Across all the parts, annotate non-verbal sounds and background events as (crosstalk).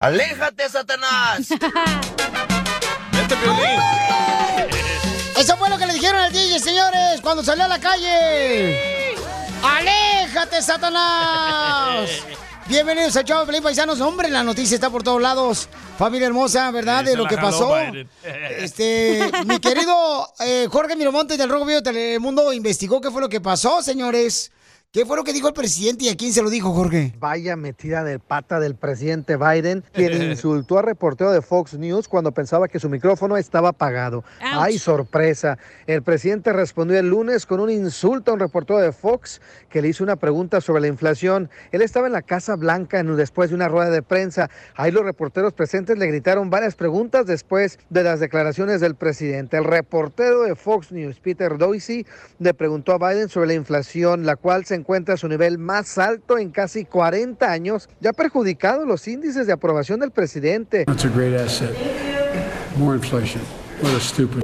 ¡Aléjate, (laughs) Satanás! ¡Vete, Piolín! Eso fue lo que le dijeron al DJ, señores, cuando salió a la calle. (laughs) ¡Aléjate, Satanás! Bienvenidos al show, Felipe Paisanos. Hombre, la noticia está por todos lados. Familia hermosa, ¿verdad? Sí, De se lo la que jaló pasó. Biden. (laughs) Este, (laughs) mi querido eh, Jorge Miramontes del Rojo Vivo de Telemundo investigó qué fue lo que pasó, señores. ¿Qué fue lo que dijo el presidente y a quién se lo dijo, Jorge? Vaya metida de pata del presidente Biden, quien insultó al reportero de Fox News cuando pensaba que su micrófono estaba apagado. ¡Ay, sorpresa! El presidente respondió el lunes con un insulto a un reportero de Fox que le hizo una pregunta sobre la inflación. Él estaba en la Casa Blanca en- después de una rueda de prensa. Ahí los reporteros presentes le gritaron varias preguntas después de las declaraciones del presidente. El reportero de Fox News, Peter Doisey, le preguntó a Biden sobre la inflación, la cual se encuentra a su nivel más alto en casi 40 años, ya ha perjudicado los índices de aprobación del presidente. That's a great asset. More inflation. What a stupid.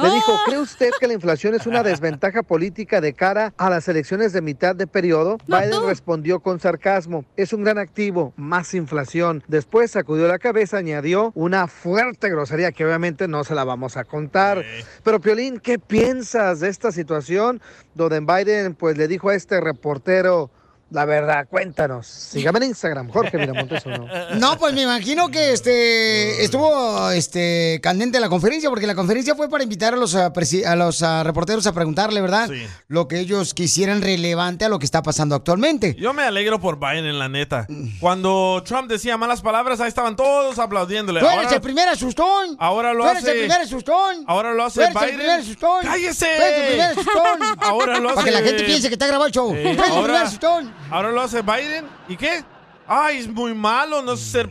Le dijo, ¿cree usted que la inflación es una desventaja política de cara a las elecciones de mitad de periodo? Biden respondió con sarcasmo, es un gran activo, más inflación. Después sacudió la cabeza, añadió una fuerte grosería que obviamente no se la vamos a contar. Pero Piolín, ¿qué piensas de esta situación donde Biden pues le dijo a este reportero, la verdad, cuéntanos. Sígame en Instagram, Jorge Miramontes uno. (laughs) No, pues me imagino que este estuvo este candente la conferencia, porque la conferencia fue para invitar a los, ah, presi- a los ah, reporteros a preguntarle, ¿verdad? Lo que ellos quisieran relevante a lo que está pasando actualmente. Yo me alegro por Biden, en la neta. Mm. Cuando Trump decía malas palabras, ahí estaban todos aplaudiéndole. Tú eres Ahora- el primer asustón. ahora lo Tú eres hace- el primer asustón. ahora lo hace Tú eres el Biden. primer asustón. ¡Cállese! Tú eres el primer asustón. (laughs) Ahora lo Para que la hace- gente piense que está grabado el show. Tú Eh, eres el primer ahora, asustón. ahora lo hace Biden. ¿Y qué? Ay, es muy malo, no es Mm. ser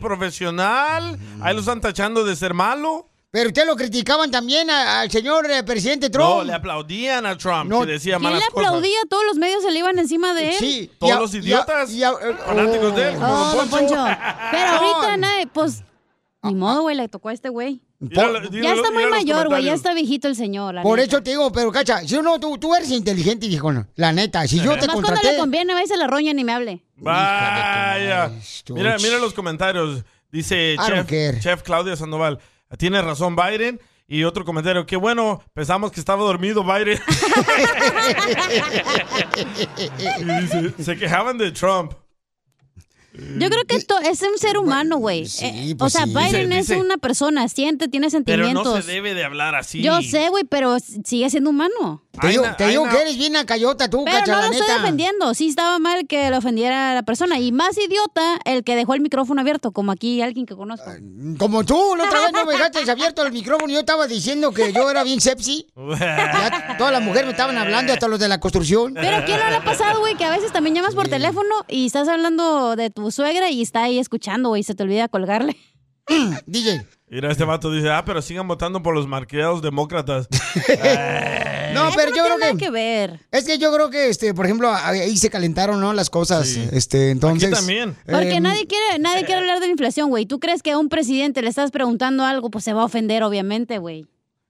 profesional. Ahí lo están tachando de ser malo. Pero ustedes lo criticaban también a- al señor eh, presidente No, Trump. le aplaudían a Trump No. si decía ¿Quién malas le cosas. aplaudía? Todos los medios se le iban encima de él. Sí. y Todos a- los y a- idiotas, y a- Ah, fanáticos de él, como Oh, Don don (laughs) Poncho. Poncho. Pero ahorita nadie, pues, Ah, ni modo, güey, le tocó a este güey. Míralo, ya míralo, está muy míralo los mayor, güey, ya comentarios. está viejito el señor. la Por neta. eso te digo, pero cacha, si no, tú, tú eres inteligente, viejón. La neta, si (laughs) yo te Más cuando le contraté. conviene, va y se la roña ni me hable. Vaya. Mira, mira los comentarios. Dice don't care. Chef, Chef Claudia Sandoval. Tiene razón Biden. Y otro comentario. Qué bueno. Pensamos que estaba dormido Biden. Eh, (laughs) Y dice, se quejaban de Trump. Yo creo que to- es un ser humano, güey. Eh, pues o sea, eh, sí. Biden Dice- es dice- una persona, siente, tiene Pero sentimientos. no se debe de hablar así. Yo sé, güey, pero s- sigue siendo humano. Te Hay digo, una- te hay digo una- que eres bien acayota tú, Pero cacha, no la lo estoy neta. defendiendo. Sí estaba mal que le ofendiera a la persona. Y más idiota el que dejó el micrófono abierto, como aquí alguien que conozco. Mm, Como tú, la otra vez no me dejaste abierto el micrófono y yo estaba diciendo que yo era bien sepsi. Ya todas las mujeres me estaban hablando, hasta los de la construcción. Pero ¿quién no le ha pasado, güey? Que a veces también llamas por teléfono y estás hablando de tu suegra y está ahí escuchando, güey, y se te olvida (clears throat) colgarle. DJ. Mira, este vato dice, ah, pero sigan votando por los marqueados (laughs) demócratas. No, Eso pero yo tiene creo nada que. que ver. Es que yo creo que, este, por ejemplo, ahí se calentaron, ¿no? Las cosas. Este, entonces. también. Porque eh, nadie quiere, nadie quiere hablar de la inflación, güey. ¿Tú crees que a un presidente le estás preguntando algo? Pues se va a ofender, obviamente, güey.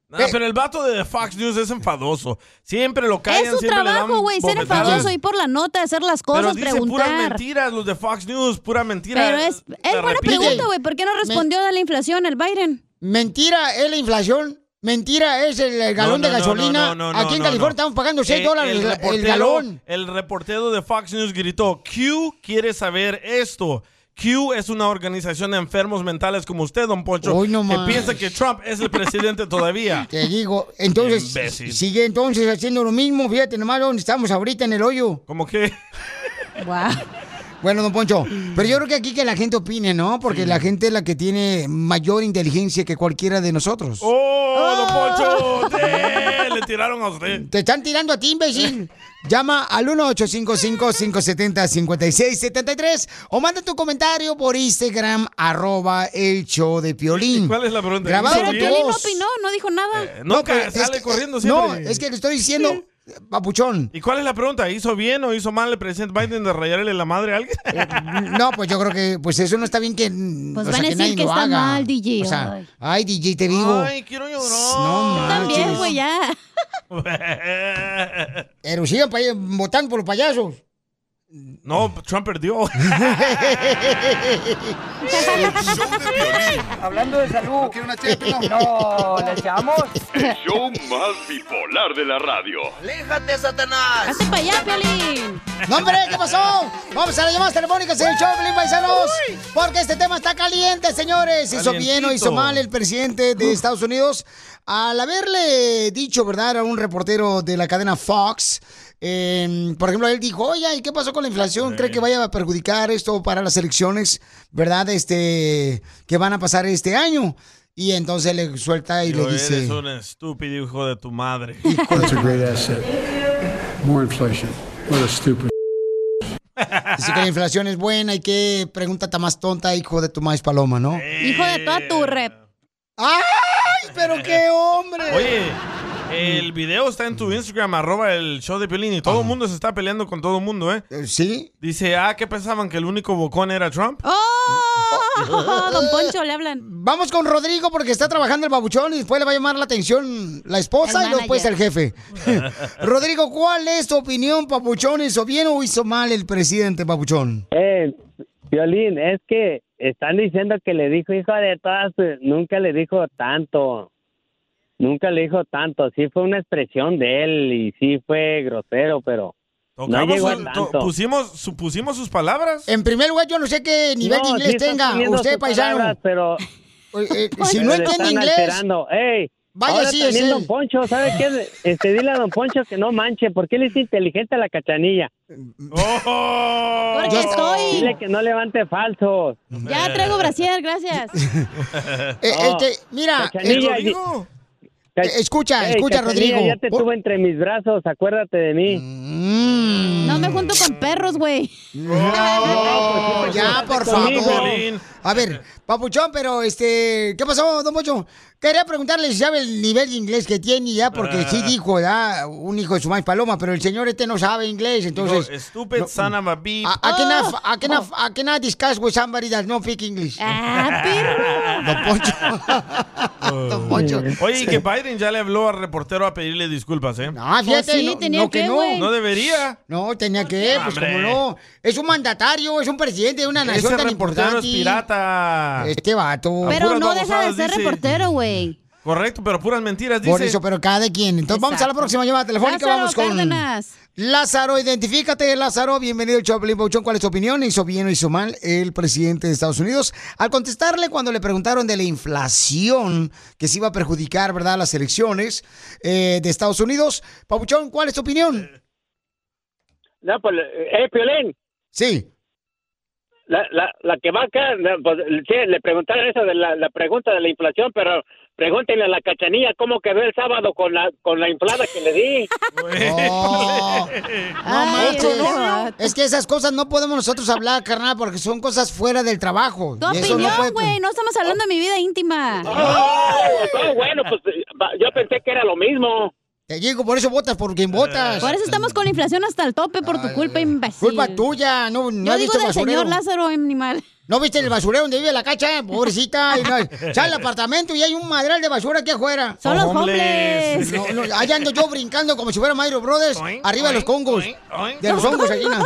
No, Ah, pero el vato de Fox News es enfadoso. Siempre lo callan. Es su siempre le dan trabajo, güey, ser bofetadas. enfadoso, ir por la nota, hacer las Pero cosas, dice puras preguntar. mentiras los de Fox News, pura mentira. Pero es, La es buena repiten. pregunta, güey. ¿Por qué no respondió a la inflación el Biden? Mentira, es la inflación. Mentira, es el, el galón No, de no, no, gasolina. no, no, no, Aquí en no, California no. estamos pagando 6 Eh, dólares la- el, reportero- galón. El reportero de Fox News gritó, Q quiere saber esto. Q es una organización de enfermos mentales como usted, don Poncho, Hoy no que más. piensa que Trump es (laughs) el presidente todavía. Te digo, entonces (laughs) Imbécil. sigue entonces haciendo lo mismo, fíjate nomás donde estamos ahorita en el hoyo. ¿Cómo que? Bueno, don Poncho, pero yo creo que aquí que la gente opine, ¿no? Porque la gente es la que tiene mayor inteligencia que cualquiera de nosotros. (laughs) ¡Oh, don Poncho! ¡Eh! Le (laughs) tiraron a usted. Te están tirando a ti, (laughs) imbécil. Llama al 1-855-570-5673 o manda tu comentario por Instagram, arroba el show de Piolín. ¿Cuál es la pregunta? Grabado Eh, Pero con tu Piolín no voz. opinó, no dijo nada. Nunca pero es sale que- corriendo siempre. No, es que le estoy diciendo, papuchón. (laughs) ¿Y cuál es la pregunta? ¿Hizo bien o hizo mal el presidente Biden de rayarle la madre a alguien? No, pues yo creo que pues eso no está bien que. Pues o sea, van a que decir nadie que lo está haga. mal, DJ, O sea, ay. ay, DJ, te digo. (laughs) Pues Ay, quiero llorar. no También, manches. güey, ya. Pero sigan pa- votando por los payasos. no, (laughs) Trump perdió. Hablando de salud. (laughs) (laughs) No, ¿le (coughs) echamos? El show más bipolar de la radio. ¡Aléjate, Satanás! Hazte para allá, Piolín. ¡No, hombre! ¿Qué pasó? Vamos a las llamadas telefónicas en el show, Felipe Paisanos. Porque este tema está caliente, señores. Hizo bien o Calientito. hizo mal el presidente de Estados Unidos al haberle dicho, ¿verdad?, a un reportero de la cadena Fox. eh, por ejemplo, él dijo, oye, ¿y qué pasó con la inflación? ¿Cree que vaya a perjudicar esto para las elecciones, verdad, este, que van a pasar este año? Y entonces le suelta y Yo, le dice... Eres un estúpido hijo de (laughs) tu madre. That's a great asset. More inflation. What a stupid. Dice que la inflación es buena y qué pregunta tan más tonta, hijo de tu maíz paloma, ¿no? Hijo de toda tu rep. eh. ¡Ay, pero qué hombre! Oye, el video está en tu Instagram, arroba el show de Piolín, y todo el mundo se está peleando con todo el mundo, ¿eh? Ah. Eh, ¿Sí? Dice, ah, ¿qué pensaban? ¿Que el único bocón (laughs) era Trump? ¡Oh! (laughs) Don Poncho, le hablan. Vamos con Rodrigo porque está trabajando el babuchón y después le va a llamar la atención la esposa El y luego después el manager. jefe. Rodrigo, ¿cuál es tu opinión, papuchón? ¿Hizo bien o hizo mal el presidente, papuchón? Eh, Violín, es que están diciendo que le dijo hijo de todas, eh, nunca le dijo tanto, nunca le dijo tanto, sí fue una expresión de él y sí fue grosero, pero no Tocamos llegó a su- to- tanto. pusimos, supusimos sus palabras. En primer lugar, yo no sé qué nivel No, de inglés sí está tenga poniendo usted, sus paisano. palabras, (laughs) pero Eh, eh, si pero no le entiende están inglés, alterando. Ey, Vaya, ahora sí es también él. Don Poncho, ¿sabe qué? Este, dile a Don Poncho que no manche, porque él es inteligente a la cachanilla. (laughs) (laughs) ¡Oh! Porque Dile estoy. que no levante falsos. Ya traigo brasier, gracias. eh, No. este, mira, Cachanilla, eh, yo Rodrigo, Digo, Ca- escucha, Ey, escucha, Cachanilla, Rodrigo. Ya te Por- tuve entre mis brazos, acuérdate de mí. Mm. No me junto con perros, güey. No, pues, ya, por Conmigo. favor. Piolín. A ver, papuchón, pero este, ¿qué pasó, don Pocho? Quería preguntarle si sabe el nivel de inglés que tiene ya, porque Ah. sí dijo, ya, un hijo de su maíz paloma, pero el señor este no sabe inglés, entonces. digo, stupid son of a bitch. I, Oh, I cannot, I cannot, I cannot discuss with somebody that no speak English. ¡Ah, perro! Don Poncho. Ah. don Poncho. Oye, y que Biden ya le habló al reportero a pedirle disculpas, ¿eh? No, No, Ah, fíjate, Pues sí, no, tenía no que, que, no. güey. debería. No, tenía que, pues Hombre. como no. Es un mandatario, es un presidente de una nación Ese tan reportero importante. es pirata. Este vato. Pero puras no deja de babosadas, ser dice. reportero, güey. Correcto, pero puras mentiras, dice. Por eso, pero cada quien. Entonces vamos a la Exacto. próxima llamada telefónica. Lázaro vamos con Cárdenas. Lázaro, identifícate, Lázaro. Bienvenido al Choplin Bouchón. ¿Cuál es tu opinión? ¿Hizo bien o hizo mal el presidente de Estados Unidos? Al contestarle cuando le preguntaron de la inflación que se iba a perjudicar, ¿verdad?, las elecciones eh, de Estados Unidos. Pabuchón, ¿cuál es tu opinión? No, pues, eh, Piolín, Sí. la, la, la que va acá, la- pues, sí, le preguntaron eso de la, la pregunta de la inflación, pero pregúntenle a la cachanilla cómo quedó el sábado con la, con la inflada que le di. Oh, no Ay, manches. no, no. Es que esas cosas no podemos nosotros hablar, carnal, porque son cosas fuera del trabajo. Tu Y eso no puede- opinión, güey. No estamos hablando de mi vida íntima. Oh, (laughs) bueno, pues eh, va- yo pensé que era lo mismo. Te digo, por eso votas por quien votas. Por eso estamos con la inflación hasta el tope por tu culpa, imbécil. Culpa tuya, no, no Yo he digo visto del basurero. señor Lázaro, animal. ¿No viste el basurero donde vive la (laughs) cacha? Pobrecita. Y no, sale al apartamento y hay un madral de basura aquí afuera. Son los homeless. No, no, allá ando yo brincando como si fuera Mario Brothers, arriba de los congos. De los hongos, (laughs) gallina.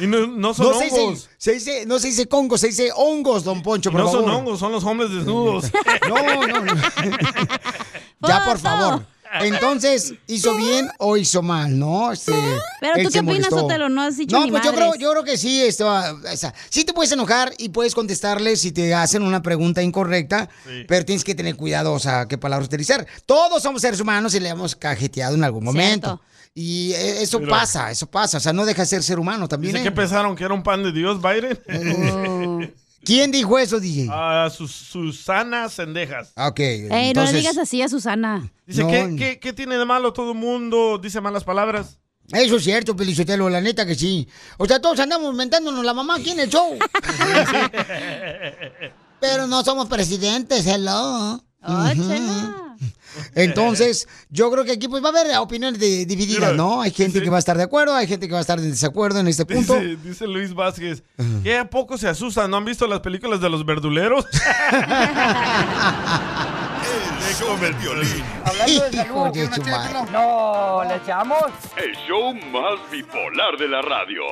Y (laughs) no, no son se dice- hongos. se dice- no se dice congos, se dice hongos, don Poncho, por No son favor. hongos, son los hombres desnudos. (laughs) No, no, no. (laughs) Ya, por favor. Entonces, ¿hizo bien o hizo mal, no? Este, Pero él tú se qué opinas, molestó. Sotelo, no has dicho No, ni pues yo creo, madres. yo creo que sí, esto, ah, o sea, sí te puedes enojar y puedes contestarle si te hacen una pregunta incorrecta, Sí. pero tienes que tener cuidado, o sea, qué palabras utilizar. Todos somos seres humanos y le hemos cajeteado en algún momento. Y eh, eso Pero- pasa, eso pasa, o sea, no deja de ser ser humano también. Dice ¿eh? Oh. que pensaron que era un pan de Dios, Biden. ¿Quién dijo eso, DJ? Ah, Sus- Susana Sendejas. Ah, Ok. Ey, no le Entonces- digas así a Susana. Dice, ¿qué, qué, qué tiene de malo todo el mundo? Dice malas palabras. Eso es cierto, Pelichotelo, la neta que sí. O sea, todos andamos mentándonos la mamá aquí en el (laughs) show. Pero no somos presidentes, hello. Ujú. Entonces, yo creo que aquí pues va a haber opiniones de- divididas, ¿no? Hay gente que va a estar de acuerdo, hay gente que va a estar en desacuerdo en este punto. Dice, dice Luis Vázquez, ¿qué a poco se asustan? ¿No han visto las películas de los (laughs) verduleros? (laughs) El show del violín. Hablando de salud, de ¿una su chela, madre. Pelón? No, ¿le echamos? El show más bipolar de la radio.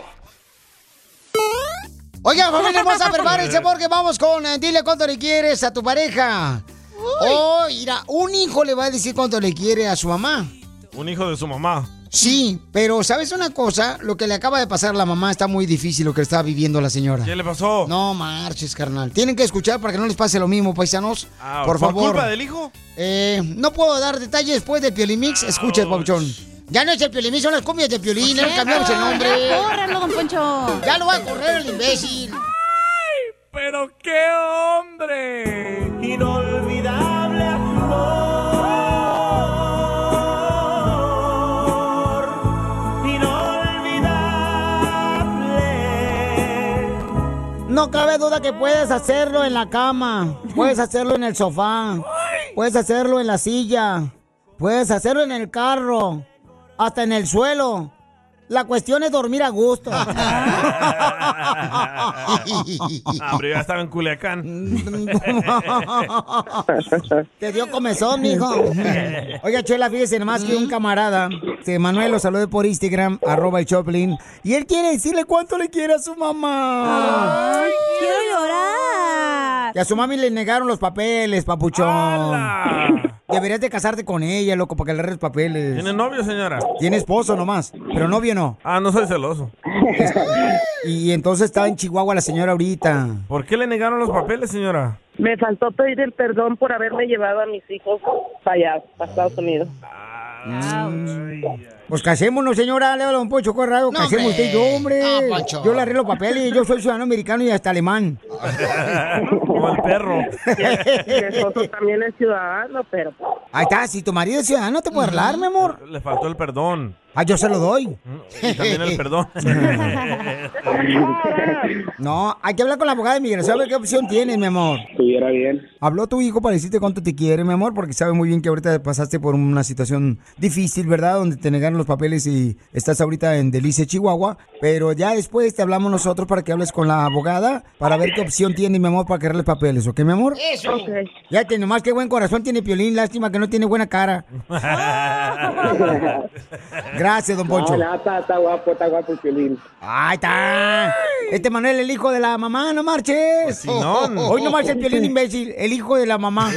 Oigan, familia (laughs) hermosa, prepárense porque vamos con eh, dile cuánto le quieres a tu pareja. O mira, un hijo le va a decir cuánto le quiere a su mamá. Un hijo de su mamá. Sí, pero ¿sabes una cosa? Lo que le acaba de pasar a la mamá está muy difícil, lo que está viviendo la señora. ¿Qué le pasó? No marches, carnal. Tienen que escuchar para que no les pase lo mismo, paisanos. Ah, por, favor. culpa del hijo? Eh, no puedo dar detalles después del Piolimix. Escucha, Pabuchón. Ya no es el Piolimix, son las cumbias de Piolín. Ya le cambiamos el nombre. Ya córrelo, don Poncho. Ya lo va a correr el imbécil. Pero qué hombre, inolvidable amor, inolvidable. No cabe duda que puedes hacerlo en la cama, puedes hacerlo en el sofá, puedes hacerlo en la silla, puedes hacerlo en el carro, hasta en el suelo. La cuestión es dormir a gusto. Ah, pero ya estaba en Culiacán. Te dio comezón, mijo. Oiga, Chela, fíjese nomás que un camarada, este, Manuel, lo saludé por Instagram, arroba el Choplin, y él quiere decirle cuánto le quiere a su mamá. Ay, quiero llorar. Y a su mami le negaron los papeles, papuchón. Deberías de casarte con ella, loco, para que le des los papeles. ¿Tiene novio, señora? Tiene esposo nomás, pero novio no. Ah, no soy celoso. Y entonces está en Chihuahua la señora ahorita. ¿Por qué le negaron los (laughs) papeles, señora? Me faltó pedir el perdón por haberme llevado a mis hijos para allá, para Estados Unidos. Pues casémonos, señora, le habla un pocho corrado, casemos usted y yo, hombre. yo le arreglo papeles, yo soy ciudadano americano y hasta alemán. (laughs) Como el perro. Mi esposo también es ciudadano, pero Ahí está, si tu marido es ciudadano, te puede arreglar, mi amor. Le faltó el perdón. Ah, yo se lo doy. Y también el perdón. No, hay que hablar con la abogada de migración a ver qué opción tienes, mi amor. Estuviera bien. Habló tu hijo para decirte cuánto te quiere, mi amor, porque sabe muy bien que ahorita pasaste por una situación difícil, ¿verdad? Donde te negaron los papeles y estás ahorita en Delice, Chihuahua. Pero ya después te hablamos nosotros para que hables con la abogada para ver qué opción tiene, mi amor, para que arregle papeles, ¿ok, mi amor? Eso. Ok. Ya te nomás qué buen corazón tiene Piolín, lástima que no tiene buena cara. Gracias, don Poncho. No, nada, está, está guapo, está guapo el Piolín. Ahí está. Este Manuel, el hijo de la mamá, no marches. Pues no. Hoy no marcha el Piolín, imbécil, el hijo de la (laughs) mamá.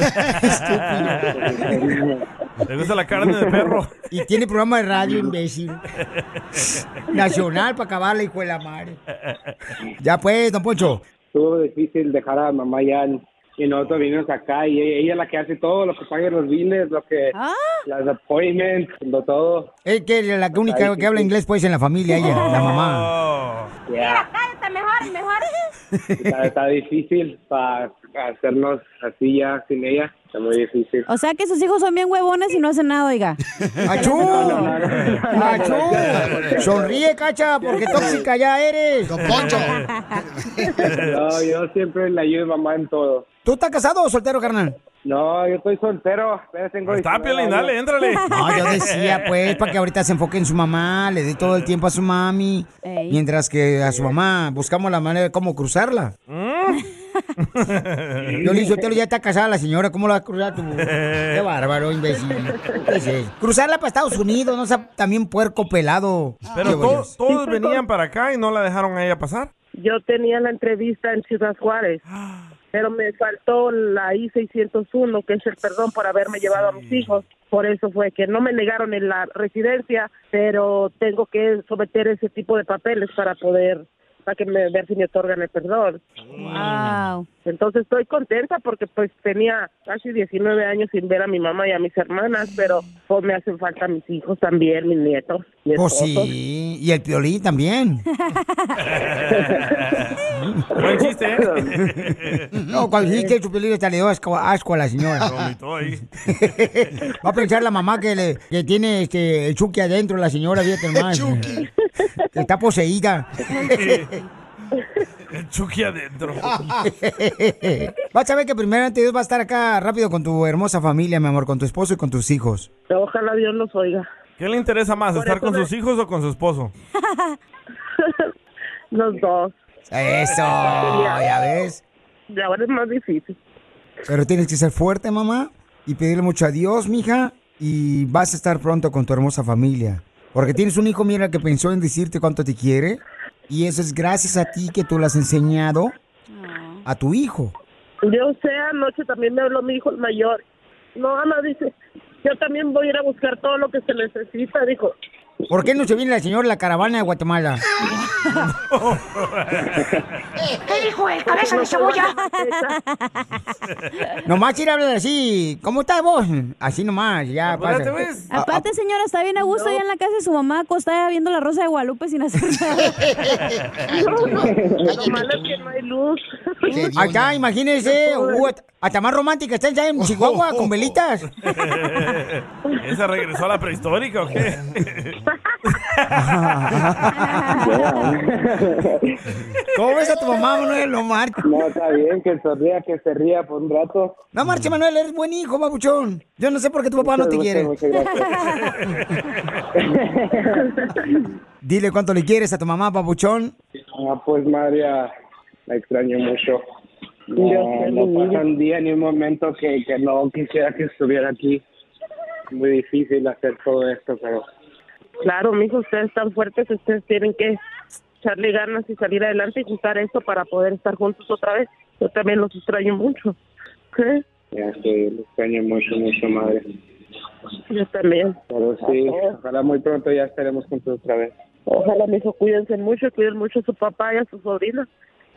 ¿Le gusta la carne de perro? Y tiene programa de radio, imbécil. Nacional para acabar la hijo de la madre. Ya pues, don Poncho. Estuvo difícil dejar a mamá ya en- y nosotros vinimos acá y ella, ella es la que hace todo, lo que paga los biles, lo que las appointments, lo todo. Es que es la que única que habla inglés pues en la familia, ella, la mamá. Oh. Ya, Cállate, mejor, mejor. está, está difícil para hacernos así ya sin ella, está muy difícil. O sea que sus hijos son bien huevones y no hacen nada, oiga. ¡Achú! ¡Achú! (laughs) Sonríe, cacha, porque tóxica ya eres. Don Poncho. (laughs) No, yo siempre le ayudo a mamá en todo. ¿Tú estás casado o soltero, carnal? No, yo estoy soltero. apenas tengo Está, 19 Piolín, años. dale, éntrale. No, yo decía, pues, para que ahorita se enfoque en su mamá, le dé todo el tiempo a su mami, Ey. mientras que a su mamá buscamos la manera de cómo cruzarla. ¿Mm? Yo le Sotelo ya está casada la señora, ¿cómo la va a cruzar tú? Qué bárbaro, imbécil. ¿Qué dices? Cruzarla para Estados Unidos, no sea también puerco pelado. Ah. Pero Qué to- bollos. todos venían para acá y no la dejaron a ella pasar. Yo tenía la entrevista en Ciudad Juárez, Ah. pero me faltó la I-601, que es el perdón por haberme llevado a mis hijos. Por eso fue que no me negaron en la residencia, pero tengo que someter ese tipo de papeles para poder, para que me, ver si me otorgan el perdón. Entonces estoy contenta porque pues tenía casi 19 años sin ver a mi mamá y a mis hermanas, pero pues me hacen falta mis hijos también, mis nietos, mi Pues esposo. sí, y el piolín también. (laughs) Buen chiste, (laughs) ¿eh? No, cuando dijiste su piolín hasta le dio asco, asco a la señora. (laughs) Vomitó ahí. Va a pensar la mamá que le que tiene este, el chuki adentro, la señora, fíjate más. Que está poseída. El Chucky adentro. (laughs) Vas a ver que primeramente Dios va a estar acá rápido con tu hermosa familia, mi amor, con tu esposo y con tus hijos. Ojalá Dios los oiga. ¿Qué le interesa más, estar con sus hijos o con su esposo? (laughs) (laughs) Los dos. Eso, ya ves. Y ahora es más difícil. Pero tienes que ser fuerte, mamá, y pedirle mucho a Dios, mija, y vas a estar pronto con tu hermosa familia. Porque tienes un hijo, mira, que pensó en decirte cuánto te quiere, y eso es gracias a ti que tú le has enseñado a tu hijo. Yo sé, anoche también me habló mi hijo el mayor. No, Ana dice, yo también voy a ir a buscar todo lo que se necesita, dijo. ¿Por qué no se viene la señora de la caravana (laughs) de Guatemala? Eh, ¿Qué dijo el cabeza de cebolla? Nomás ir a hablar así. ¿Cómo estás vos? Así nomás, ya pasa. Aparte, A- a- señora, está bien a gusto allá en la casa de su mamá, acostada viendo la Rosa de Guadalupe sin (laughs) hacer nada. Lo malo es que no hay luz. Ahí está, imagínense, uh, hasta más romántica está allá en Chihuahua (laughs) con velitas. ¿Esa regresó a la prehistórica o qué? (laughs) ¿Cómo ves a tu mamá, Manuel? No marches. No, está bien, que sonría, que se ría por un rato. No marches, Manuel, eres buen hijo, babuchón. Yo no sé por qué tu papá no te Muchas, quiere. muchas, Dile cuánto le quieres a tu mamá, babuchón. Ah, pues madre, ah, la extraño mucho. Yo No, sé, no mi pasa niño. un día ni un momento que, que no quisiera que estuviera aquí. Muy difícil hacer todo esto, pero Claro, mijo, ustedes están fuertes, ustedes tienen que echarle ganas y salir adelante y juntar esto para poder estar juntos otra vez. Yo también los extraño mucho. ¿Sí? ya sé, la Este, extraño mucho, mucho madre. Yo también. Pero sí, ojalá muy pronto ya estaremos juntos otra vez. Ojalá, mijo, cuídense mucho, cuiden mucho a su papá y a su sobrina.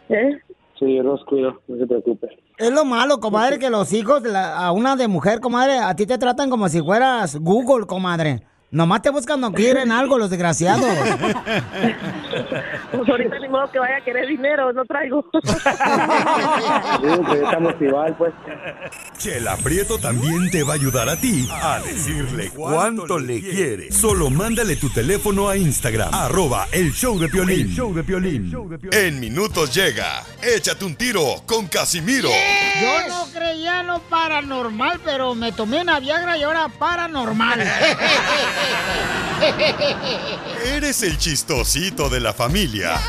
¿Eh? Sí, yo los cuido, no se preocupe. Es lo malo, comadre, que los hijos, la- a una de mujer, comadre, a ti te tratan como si fueras Google, comadre. Nomás te buscan no quieren algo, los desgraciados. Pues ahorita ni modo que vaya a querer dinero, no traigo. Sí, pues, estamos igual, pues. Chela Prieto también te va a ayudar a ti a decirle cuánto le quiere. Solo mándale tu teléfono a Instagram, arroba el show de Piolín. El En minutos llega, échate un tiro con Casimiro. Yo no creía lo paranormal, pero me tomé una Viagra y ahora paranormal. Eres el chistosito de la familia.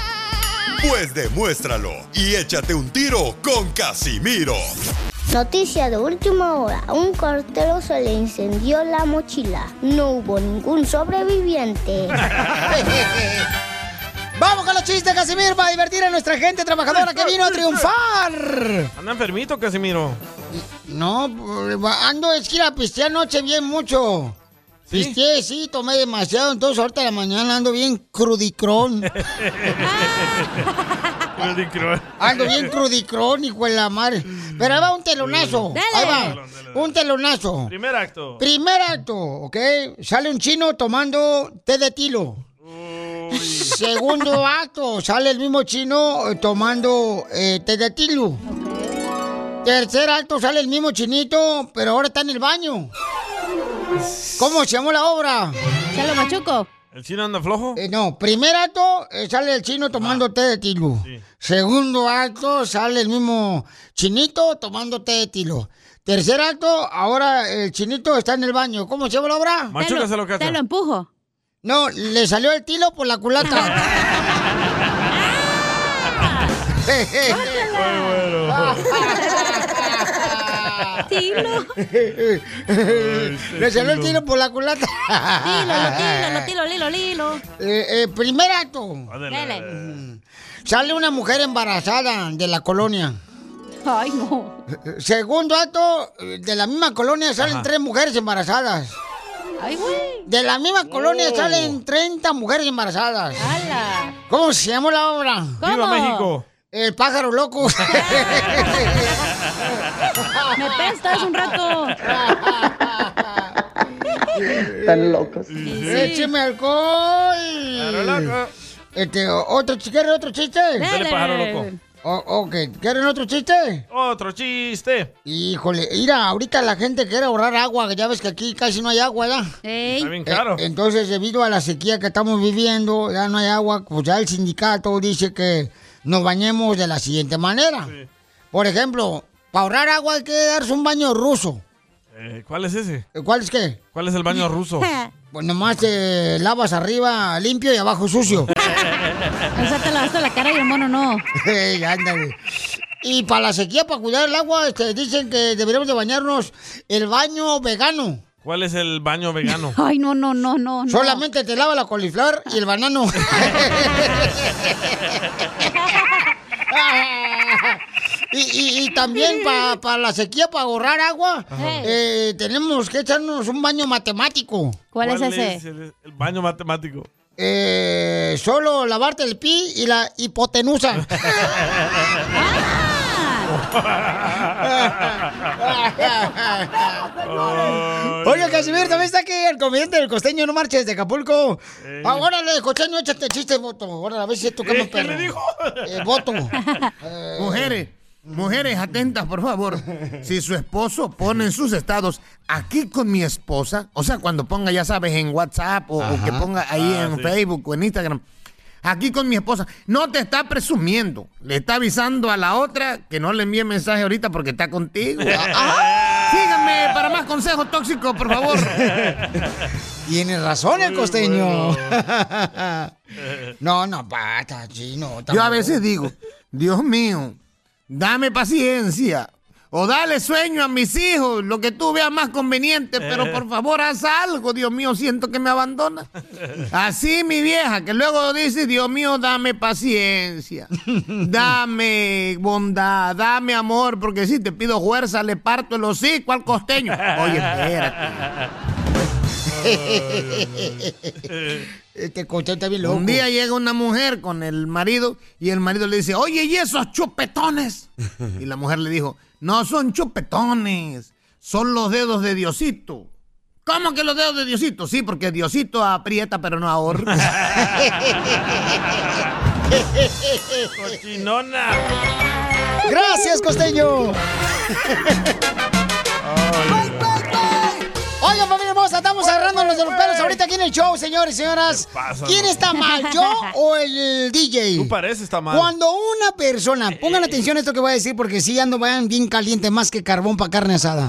Pues demuéstralo y échate un tiro con Casimiro. Noticia de última hora. A Un cartero se le incendió la mochila. No hubo ningún (laughs) sobreviviente. (laughs) Vamos con los chistes, Casimir, para divertir a nuestra gente trabajadora que vino a triunfar. Anda enfermito, Casimiro. No, ando es que la pisteé anoche bien mucho. Pisteé, sí, tomé demasiado, entonces ahorita de la mañana ando bien crudicrón. Ando bien crudicrón, hijo de la madre. Pero ahí va un telonazo. Dale. Ahí va, un telonazo. Primer acto. Primer acto, ¿ok? Sale un chino tomando té de tilo. Segundo acto, sale el mismo chino eh, tomando eh, té de tilo. Tercer acto, sale el mismo chinito, pero ahora está en el baño. ¿Cómo se llamó la obra? ¿Se lo machuco? ¿El chino anda flojo? Ah. Eh, no, primer acto eh, sale el chino tomando té de tilo. Segundo acto sale el mismo chinito tomando té de tilo. Tercer acto, ahora el chinito está en el baño. ¿Cómo se llama la obra? Machúcaselo, Cacha. lo empujo. No, le salió el tiro por (laughs) la culata. (laughs) Tilo. le salió el tiro por la culata. Tilo, tilo, lilo, lilo. Eh, eh, primer acto. Dele. Sale una mujer embarazada de la colonia. Ay, no. Segundo acto, eh, de la misma colonia salen Ajá. tres mujeres embarazadas. Ay, güey. De la misma colonia Oh. salen 30 mujeres embarazadas. ¿Cómo se llama la obra? ¿Cómo? ¡Viva México! El pájaro loco. Me pestas un (laughs) rato. (laughs) Están locos. ¡Écheme alcohol! loco. Este, o- otro, chi- ¿quieren otro chiste? Dale, pájaro loco. O- ok, ¿quieren otro chiste? Otro chiste. Híjole, mira, ahorita la gente quiere ahorrar agua, que ya ves que aquí casi no hay agua, ¿ya? Está bien caro. Eh, entonces, debido a la sequía que estamos viviendo, ya no hay agua, pues ya el sindicato dice que nos bañemos de la siguiente manera. Por ejemplo, para ahorrar agua hay que darse un baño ruso. Eh, ¿Cuál es ese? ¿Cuál es qué? ¿Cuál es (laughs) el (laughs) baño ruso? Pues nomás te lavas arriba limpio y abajo sucio. (laughs) O sea, te lavaste la cara y el mono no. (laughs) Ey, ándale. Y para la sequía, para cuidar el agua, este, dicen que deberíamos de bañarnos el baño vegano. ¿Cuál es el baño vegano? Ay, no, no, no, no. Solamente te lava la coliflor y el (laughs) banano. y, y- y también para la sequía, para ahorrar agua, Ajá. eh, tenemos que echarnos un baño matemático. el, el (laughs) baño matemático. Eh, solo lavarte el pi y la (laughs) hipotenusa. (laughs) Oye, Casimiro, también está aquí el comediante del costeño, no marches de Acapulco. Eh. Ah, órale, costeño, échate chiste, voto. Órale, a ver si es tu cama, Eh, ¿qué le dijo? Eh, voto. (laughs) Mujeres, mujeres atentas, por favor. Si su esposo pone en sus estados, aquí con mi esposa, o sea, cuando ponga, ya sabes, en WhatsApp o, o que ponga ahí Ah, en sí. Facebook o en Instagram, aquí con mi esposa, no te está presumiendo, le está avisando a la otra que no le envíe mensaje ahorita porque está (laughs) contigo. Ah, Síganme para más consejos tóxicos, por (laughs) favor. (laughs) Tiene razón el costeño. (laughs) No, no, pata, chino. Yo a veces digo, Dios mío, dame paciencia. O dale sueño a mis hijos, lo que tú veas más conveniente, pero por favor haz algo, Dios mío, siento que me abandona. Así mi vieja, que luego dice, Dios mío, dame paciencia, dame bondad, dame amor, porque si te pido fuerza, le parto el hocico al costeño. Oye, (laughs) espérate. Este costeño Eh, está bien loco. Un día llega una mujer con el marido y el marido le dice, oye, ¿y esos chupetones? Y la mujer le dijo, no son chupetones, son los dedos de Diosito. ¿Cómo que los dedos de Diosito? Sí, porque Diosito aprieta pero no ahorca. Cochinona. Gracias, (laughs) costeño. Oigan, familia hermosa, estamos agarrándonos de los pelos ahorita aquí en el show, señores y señoras. pasa, ¿Quién no? está mal, yo o el DJ? Tú pareces está mal. Eh, Cuando una persona, pongan atención a esto que voy a decir porque si ando vayan bien caliente más que carbón para carne asada.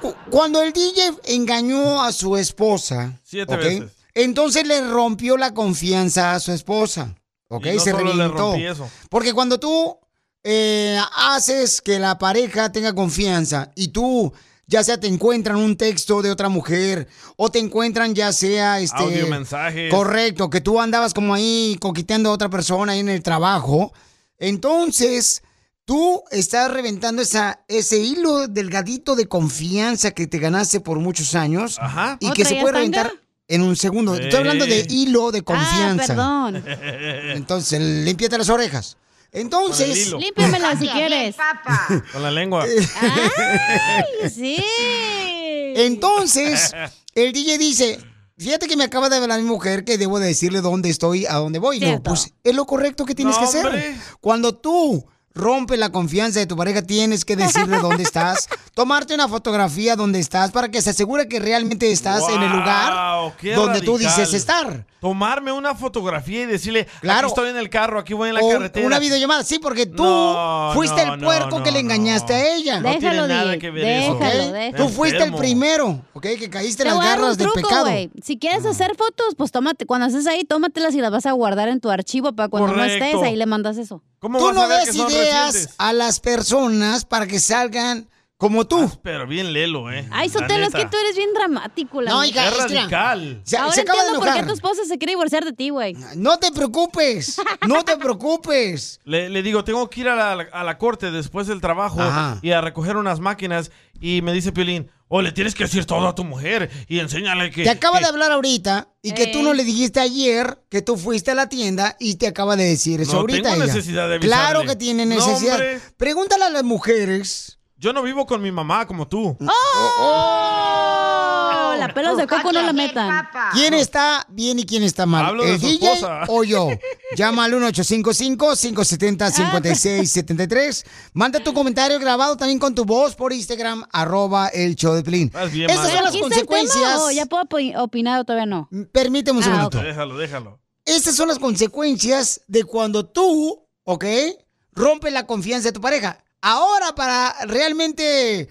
Cu- Cuando el DJ engañó a su esposa, Siete ¿ok? veces. entonces le rompió la confianza a su esposa, ¿ok? Y no Se solo le reventó. rompí eso. Porque cuando tú eh, haces que la pareja tenga confianza y tú ya sea te encuentran un texto de otra mujer o te encuentran ya sea este Audio, mensajes. correcto que tú andabas como ahí coqueteando a otra persona ahí en el trabajo entonces tú estás reventando esa ese hilo delgadito de confianza que te ganaste por muchos años y que ¿Otra se ya puede tanga? reventar en un segundo estoy hablando de Eh. hilo de confianza perdón. entonces límpiate las orejas entonces hilo. Límpiamela si quieres. (laughs) Con (laughs) la lengua. sí. Entonces, el DJ dice, fíjate que me acaba de hablar mi mujer que debo de decirle dónde estoy, a dónde voy. Le digo, Cierto. pues es lo correcto que tienes No, que hacer. hombre. Cuando tú rompe la confianza de tu pareja, tienes que decirle dónde (laughs) estás, tomarte una fotografía donde estás para que se asegure que realmente estás en el lugar Wow, qué donde tú radical. dices estar. Tomarme una fotografía y decirle, Claro. aquí estoy en el carro, aquí voy en la O carretera. una videollamada, sí, porque tú No, fuiste no, el no, puerco que no, le engañaste a ella. No tiene Déjalo, nada DJ, que ver eso. déjalo, ¿Ok? déjalo. Tú fuiste el Enfermo. primero, ¿ok? Que caíste en Te las voy a dar un garras del truco, pecado. güey. Si quieres hacer fotos, pues tómate, cuando estés ahí, tómatelas y las vas a guardar en tu archivo para cuando no Correcto. estés ahí le mandas eso. Tú no des ideas a las personas para que salgan como tú. Pero bien lelo, ¿eh? Ah, Ay, La Sotelo, es neta. que tú eres bien dramático, la No, neta. hija, es que- Es radical. se- Ahora se acaba de entiendo por qué enojar. Ah, tu esposa se quiere divorciar de ti, güey. No te preocupes, (laughs) no te preocupes. Le, le digo, tengo que ir a la, a la corte después del trabajo Ajá. y a recoger unas máquinas. Y me dice Piolín, o le tienes que decir todo a tu mujer y enséñale que... Te acaba que- de hablar ahorita y que Eh. tú no le dijiste ayer que tú fuiste a la tienda y te acaba de decir eso No ahorita. tengo ella. necesidad de Claro avisarle. que tiene No, necesidad. hombre. Pregúntale a las mujeres. Yo no vivo con mi mamá como tú. Oh, la pelos de coco no la metan. ¿Quién está bien y quién está mal? Hablo de ¿El su DJ esposa. o (laughs) yo? Llama al 1-855-570-5673. Manda tu comentario grabado también con tu voz por Instagram, arroba el show de Pelín. bien Esas mal. son las ¿Dijiste el tema consecuencias. Mm, o ya puedo opi- opinar o todavía no? Permíteme un Ah, segundito. Déjalo, déjalo. Estas son las consecuencias de cuando tú, ¿ok? Rompes la confianza de tu pareja. Ahora, para realmente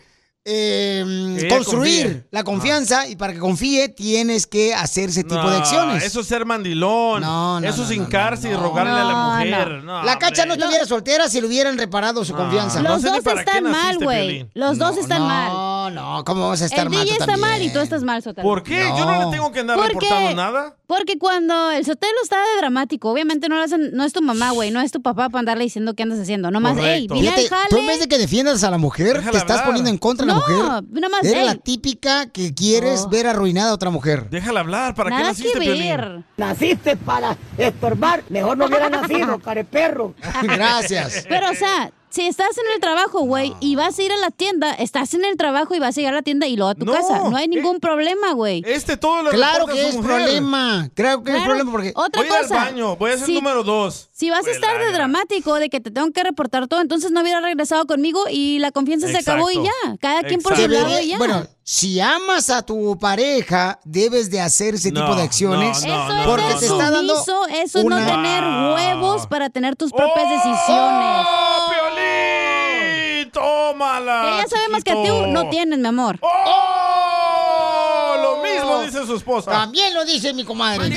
eh, ella construir confíe. Ah. la confianza y para que confíe, tienes que hacer ese tipo de No, acciones. Eso es ser mandilón. no, eso es no, no, hincarse y rogarle a la mujer. No, la cacha no hombre. estuviera soltera si le hubieran reparado su confianza. Los dos están mal, güey. Los dos están mal. No, no, ¿cómo vamos a estar el mal? DJ tú está mal y también? tú estás mal, Sotelo. ¿Por qué? Yo no le No. tengo que andar ¿Por reportando qué? nada. Porque cuando el Sotelo está de dramático, obviamente no, lo hacen- no es tu mamá, güey, no es tu papá para andarle diciendo qué andas haciendo. Nomás, ey, vine al Fíjate, jale. tú en vez de que defiendas a la mujer, te estás hablar. poniendo en contra de la No, mujer. nomás, Eres la ey. Oh. típica que quieres ver arruinada a otra mujer. Déjala hablar, ¿para Nada qué naciste, que Piolín? ver. Naciste para estorbar. Mejor no hubiera (laughs) nacido, careperro. (laughs) (laughs) Gracias. Pero, o sea, si estás en el trabajo, güey, y vas a ir a la tienda, estás en el trabajo y vas a llegar a la tienda y luego a tu No, casa. No hay ningún problema, güey. Eh, Este todo lo Claro reporta a que su es mujer. problema. Creo que es problema porque. Otra voy a ir cosa. al baño, voy a ser si- número dos. Si vas a estar de dramático, de que te tengo que reportar todo, entonces no hubiera regresado conmigo y la confianza se acabó y Exacto. ya. Cada quien por su Debería- lado y ya. Bueno, si amas a tu pareja, debes de hacer ese No, tipo de acciones. no, no, Eso es porque ser te está dando. Sumiso, eso es no una- tener Wow. huevos para tener tus propias decisiones. ¡Oh, Piolín! ¡Tómala! Ella sabe más que chiquito! tú, no tienes, mi amor. ¡Oh, lo mismo dice su esposa. También lo dice mi comadre.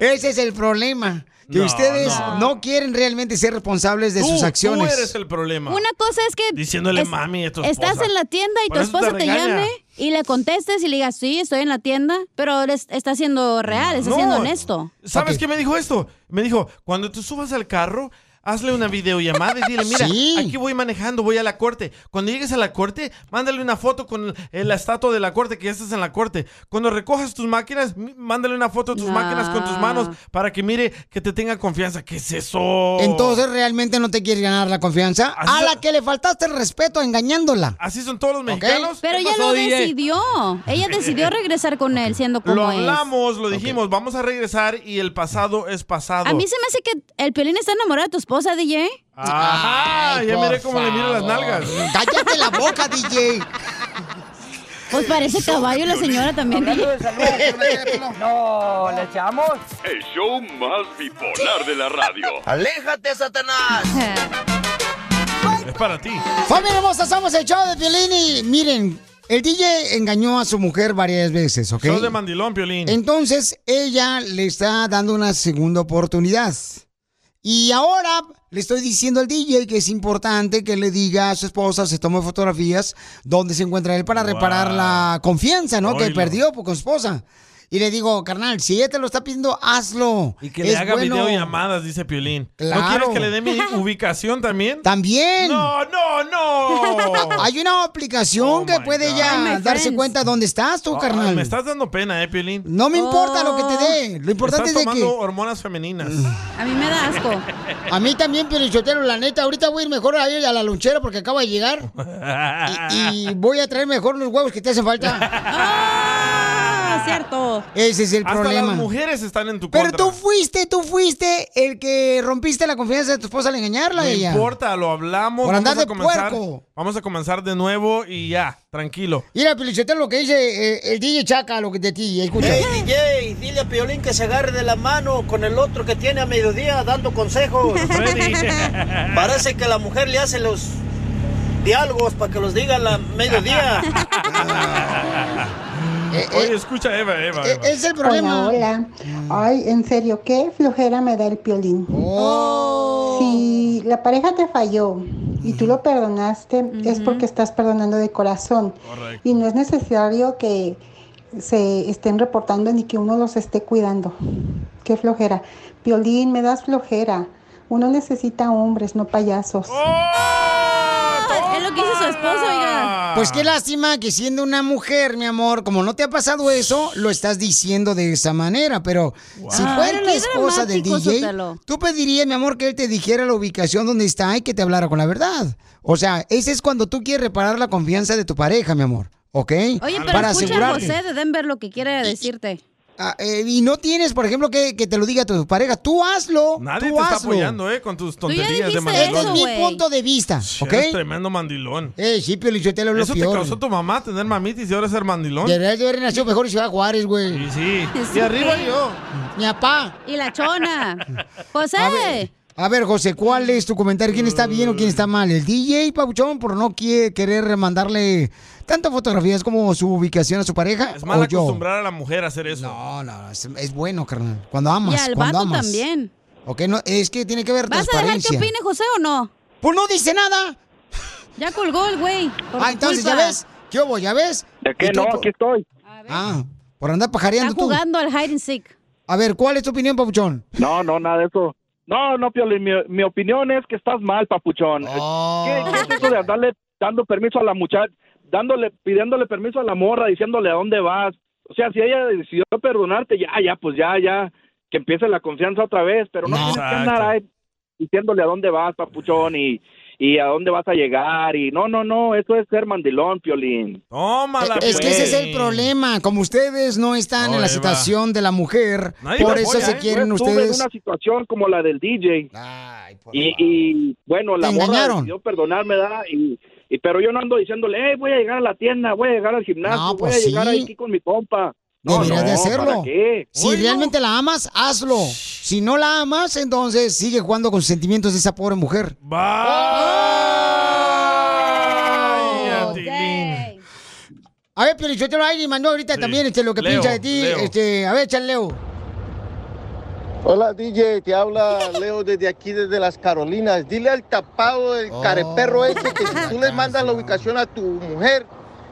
Ese es el problema. Que No, ustedes no. no. quieren realmente ser responsables de Tú- sus acciones. Tú eres el problema. Una cosa es que Diciéndole mami a tu estás esposa. en la tienda y Por tu eso te esposa te, regaña. llame y le contestes y le digas, sí, estoy en la tienda, pero eres- está siendo real, está siendo No. honesto. ¿Sabes qué me dijo esto? Me dijo, cuando tú subas al carro, hazle una videollamada y dile, mira, Sí. aquí voy manejando, voy a la corte. Cuando llegues a la corte, mándale una foto con el- la estatua de la corte que ya estás en la corte. Cuando recojas tus máquinas, m- mándale una foto de tus No. máquinas con tus manos para que mire que te tenga confianza. ¿Qué es eso? Entonces realmente no te quieres ganar la confianza. Así a la que le faltaste el respeto engañándola. Así son todos los mexicanos. Pero ¿Qué ella pasó, lo DJ? decidió. Ella decidió regresar con él siendo como Lo es. hablamos, lo dijimos, vamos a regresar y el pasado es pasado. A mí se me hace que el Piolín está enamorado de tu esposa, DJ. Ajá, Ay, ya por miré cómo le miro las nalgas. Cállate la boca, DJ. Pues parece caballo la señora también. No, ¿le echamos? El show más bipolar de la radio. ¡Aléjate, Satanás! Es para ti. Familia hermosa, somos el show de Piolín y miren, el DJ engañó a su mujer varias veces, ¿ok? Sos de mandilón, Piolín. Entonces ella le está dando una segunda oportunidad. Y ahora le estoy diciendo al DJ que es importante que le diga a su esposa, se tome fotografías donde se encuentra él para reparar la confianza, ¿no? Que Oilo. perdió pues, con su esposa. Y le digo, carnal, si ella te lo está pidiendo, hazlo. Y que le Es haga bueno. videollamadas, dice Piolín. ¿No Claro. quieres que le (laughs) dé mi ubicación también? También. No, no, no. (laughs) Oh Hay una aplicación que puede ya darse cuenta dónde estás tú, Ay, carnal. Ah, me estás dando pena, eh, Piolín. No me importa lo que te dé. Lo importante Estás es de que- Mm. tomando hormonas femeninas. A mí me da asco. A mí también, Pielichotero, la neta, ahorita voy a ir mejor a ir a la lonchera porque acaba de Ah. llegar y voy a traer mejor los huevos que te hacen falta. es Ah, cierto. Ese es el Hasta problema. las mujeres están en tu Pero contra. tú fuiste, tú fuiste el que rompiste la confianza de tu esposa al engañarla No a ella. importa, lo hablamos. Por andar vamos a de comenzar- puerco. Vamos a comenzar de nuevo y ya, tranquilo. Mira, Pelichotero, lo que dice eh, el DJ Chaca, lo que te ti, escucha. Hey, DJ, dile a Piolín que se agarre de la mano con el otro que tiene a mediodía dando consejos. Parece que la mujer le hace los diálogos para que los diga a la mediodía. Ah. Eh, Oye, escucha eh, a Eva, Eva. Eva. el problema. Hola, hola. Ay, en serio, qué flojera me da el piolín. Oh. Si la pareja te falló y tú lo perdonaste, es porque estás perdonando de corazón. Correcto. Y no es necesario que se estén reportando ni que uno los esté cuidando. Qué flojera. Piolín, me das flojera. Uno necesita hombres, no payasos. Es lo que hizo su esposo, oiga. Pues qué lástima que siendo una mujer, mi amor, como no te ha pasado eso, lo estás diciendo de esa manera. Pero si Ay, fuera la qué esposa del dramático, DJ, Sotelo. tú pedirías, mi amor, que él te dijera la ubicación donde está y que te hablara con la verdad. O sea, ese es cuando tú quieres reparar la confianza de tu pareja, mi amor. ¿Ok? Oye, pero escucha a Para asegurarte. José de Denver lo que quiere decirte. Ah, eh, y no tienes, por ejemplo, que, que te lo diga tu pareja. Tú hazlo. Nadie tú te está hazlo. apoyando, ¿eh? Con tus tonterías de Este es mandilón. mi punto de vista. ¿Ok? Eres tremendo mandilón. Eh, sí, Pio Lichotelo es lo Eso peor. te causó tu mamá, tener mamitis y ahora ser mandilón. Deberías de haber nacido mejor en Ciudad Juárez, güey. Sí, sí. Y arriba yo. Mi papá. Y la chona. A ver, José. a ver, José, ¿cuál es tu comentario? ¿Quién está bien o quién está mal? El DJ Pabuchón por no quie- querer mandarle tantas fotografías como su ubicación a su pareja. Es mal o yo. acostumbrar a la mujer a hacer eso. No, no, es, es bueno, carnal. Cuando amas, y al cuando vato amas. también. Ok, no, es que tiene que ver ¿Vas a dejar que transparencia. opine José o no? Pues no dice nada. Ya colgó el güey. por ah, tu entonces, culpa. ¿ya ves? ¿Qué hubo? ¿Ya ves? ¿De qué Y tú no? por- Aquí estoy. Ah, por andar pajareando Está tú. jugando al hide and seek. A ver, ¿cuál es tu opinión, Pabuchón? No, no, nada de eso. No, no, Piolín, mi, mi opinión es que estás mal, papuchón. Oh. ¿Qué, qué es eso de andarle dando permiso a la muchacha, dándole, pidiéndole permiso a la morra, diciéndole a dónde vas? O sea, si ella decidió perdonarte, ya, ya, pues ya, ya, que empiece la confianza otra vez, pero no, tienes que andar ahí diciéndole a dónde vas, papuchón, y, y a dónde vas a llegar, y no, no, no, eso es ser mandilón, Piolín. Tómala, pues. Es que ese es el problema. Como ustedes no están No, en la Eva. situación de la mujer, Nadie por me eso apoya, se ¿eh? quieren Yo estuve ustedes. en una situación como la del DJ. y, y, bueno, la Te morra engañaron. decidió perdonarme, ¿da? Y, y- pero yo no ando diciéndole, hey, voy a llegar a la tienda, voy a llegar al gimnasio, No, voy pues a llegar sí. aquí con mi compa. No, Deberías no, de hacerlo. ¿para qué? Si realmente la amas, hazlo. Si no la amas, entonces sigue jugando con sus sentimientos de esa pobre mujer. Oh, A ver, pero yo te lo alguien mandó ahorita también este, lo que Leo, (laughs) piensa de ti. Leo. Este, a ver, échale, Leo. Hola DJ, te (laughs) habla Leo desde aquí, desde las Carolinas. Dile al tapado del Oh, careperro ese que si tú le mandas la ubicación a tu mujer,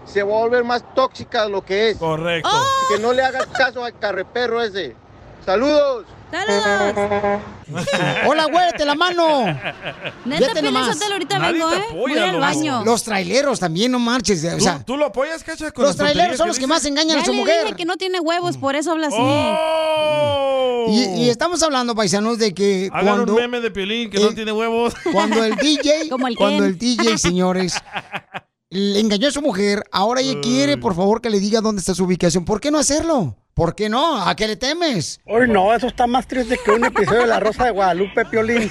se va a volver más tóxica de lo que es. Correcto. Así que no le hagas caso al careperro ese. Saludos. (laughs) ¡Saludos! (laughs) Hola, güey, te la mano. Neta, Fíjate Piolín nomás. Sotelo, ahorita Nadie vengo, te ¿eh? apoya, Voy al loco. baño. Los traileros también, no marches. O sea, ¿Tú lo apoyas, Cacha? Con los las traileros tonterías son los que dices? Oh, más engañan ya a su le mujer. dije que no tiene huevos, por eso habla así. Y, y estamos hablando, paisanos, de que Hagan cuando, un meme de Piolín que no tiene huevos. (laughs) cuando el (laughs) DJ, cuando el DJ, señores, le engañó a su mujer, ahora ella quiere, por favor, que le diga dónde está su ubicación. ¿Por qué no hacerlo? ¿Por qué no? ¿A qué le temes? Hoy no, eso está más triste que un episodio de La Rosa de Guadalupe, Piolín.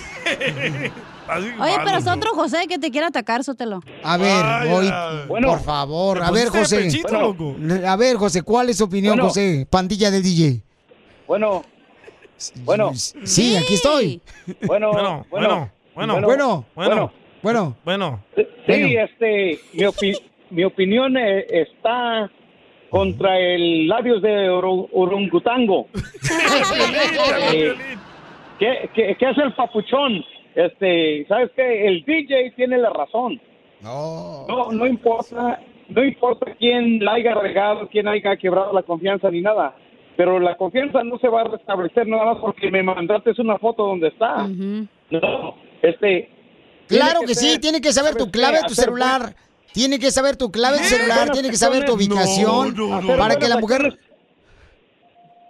Oye, pero es otro José que te quiere atacar, Sotelo. A ver, Ay, hoy, ay. por Bueno, favor, te pues a ver, pusiste de José. pechito, A ver, José, ¿cuál es su opinión, Bueno. José? Pandilla del DJ. Bueno. Bueno. Sí, aquí estoy. (laughs) Bueno, bueno, bueno, bueno, bueno, bueno, bueno, bueno. Sí, este, mi, opi- mi opinión eh, está contra el labios de oru- orungutango. Eh, ¿qué, qué, qué es el papuchón? Este, ¿sabes qué? El DJ tiene la razón. No. No, no importa, no importa quién la haya regado, quién haya quebrado la confianza ni nada. Pero la confianza no se va a restablecer nada más porque me mandaste una foto donde está. No, este. Claro tiene que sí, ser- tiene que saber tu ¿sabes qué? clave de tu Hacer celular. Tiene que saber tu clave de ¿Qué? celular, Buenas tiene que saber tu acciones. ubicación No, no, no. para que la Hacer mujer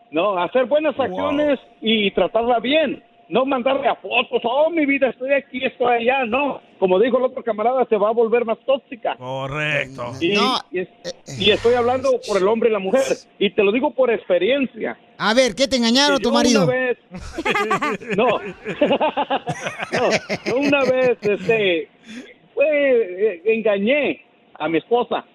No, hacer buenas acciones y tratarla bien. no mandarle a fotos, oh, mi vida, estoy aquí, estoy allá, no. Como dijo el otro camarada, se va a volver más tóxica. Correcto. Y, y es- eh, y estoy hablando por el hombre y la mujer, y te lo digo por experiencia. A ver, ¿qué te engañaron Que tu yo una marido? vez- (laughs) no. No, yo una vez, este, fue, eh, engañé a mi esposa.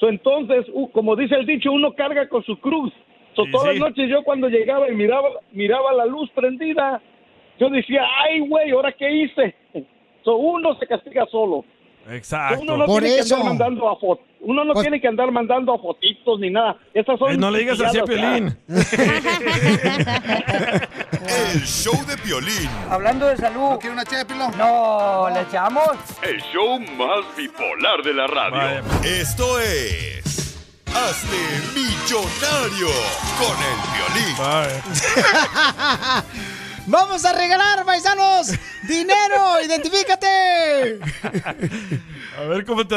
So, entonces, u- como dice el dicho, uno carga con su cruz. So, Sí, todas sí. las noches yo cuando llegaba y miraba, miraba la luz prendida, yo decía, ay, güey, ¿ahora qué hice? So, uno se castiga solo. Exacto. Uno no tiene que andar mandando a fotos. Uno no tiene que andar mandando a fotitos ni nada. Esas son Eh, no le digas así a pilladas, Piolín. (laughs) El show de Piolín. (coughs) Hablando de salud. ¿No quiere una ché No, ¿le echamos? El show más bipolar de la radio. Esto es. Hazte millonario con el (laughs) Vamos a regalar, paisanos, (laughs) dinero, identifícate. A ver cómo te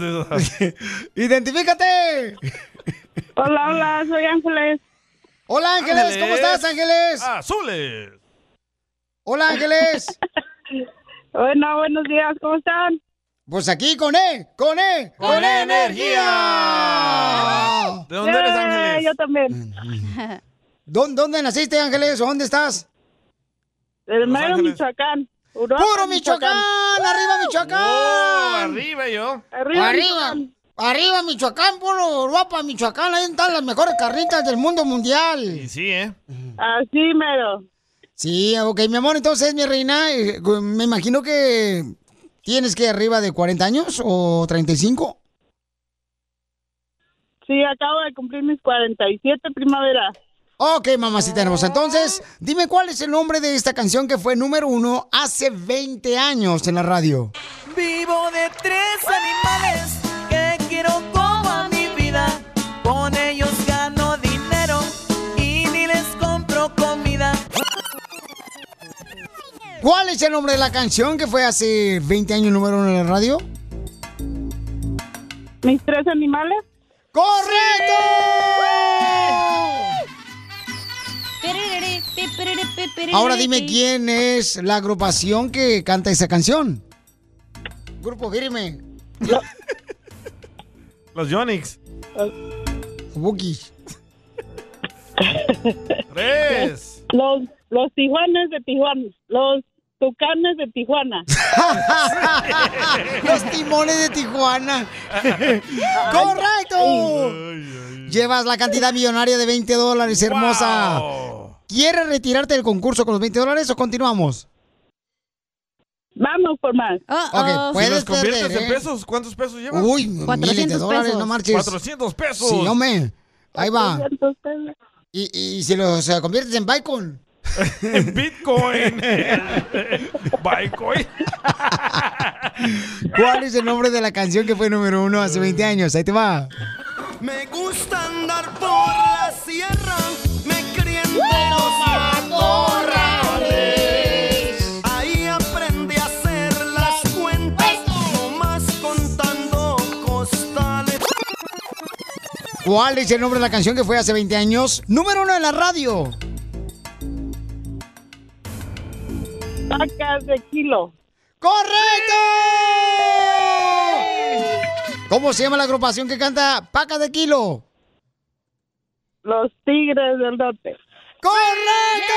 (laughs) de eso. Identifícate. Hola, hola, soy Ángeles. Hola Ángeles, ¿cómo estás Ángeles? Ah, Azules. Hola Ángeles. Bueno, buenos días, ¿cómo están? Pues aquí con E, con E, con, E energía. ¡Oh! ¿De dónde eres, Yeah, Ángeles? Eh, (laughs) yo también. ¿Dónde, naciste Ángeles o dónde estás? Del mero Michoacán. ¡Puro Michoacán! ¡Arriba ¡Oh, Michoacán! Oh, arriba yo. Arriba, arriba, Michoacán, puro guapa Michoacán, ahí están las mejores carnitas del mundo mundial. Y sí, ¿eh? Así mero. Sí, ok, mi amor, entonces, mi reina, eh, me imagino que tienes que arriba de 40 años o 35. Sí, acabo de cumplir mis 47 primavera. Ok, mamacita hermosa. Entonces, dime cuál es el nombre de esta canción que fue número uno hace 20 años en la radio. Vivo de (laughs) tres animales que quiero como a mi vida. Con ellos gano dinero y ni les compro comida. ¿Cuál es el nombre de la canción que fue hace 20 años número uno en la radio? ¿Mis tres animales? ¡Correcto! Ahora dime quién es la agrupación que canta esa canción. Grupo Firme. Los Yonix. Bookies. Tres. (laughs) Los, los tijuanes de Tijuana. Los tucanes de Tijuana. (laughs) Los timones de Tijuana. ¡Correcto! Llevas la cantidad millonaria de 20 dólares, hermosa. ¿Quieres retirarte del concurso con los 20 dólares o continuamos? Vamos por más. Ok, Si puedes los conviertes perder, en ¿eh? pesos, ¿cuántos pesos llevas? Uy, miles de dólares, no marches. 400 pesos. Sí, hombre. Ahí va. Y, y si los eh, conviertes en Bitcoin. (laughs) En Bitcoin. (laughs) Bitcoin. ¿Cuál es el nombre de la canción que fue número uno hace 20 años? Ahí te va. Me gusta andar por la sierra, me críen de los matorrales. Ahí aprendí a hacer las cuentas, nomás contando costales. ¿Cuál es el nombre de la canción que fue hace 20 años número uno en la radio? Vacas de kilo. ¡Correcto! ¿Cómo se llama la agrupación que canta Paca de Kilo? Los tigres del norte. ¡Correcto!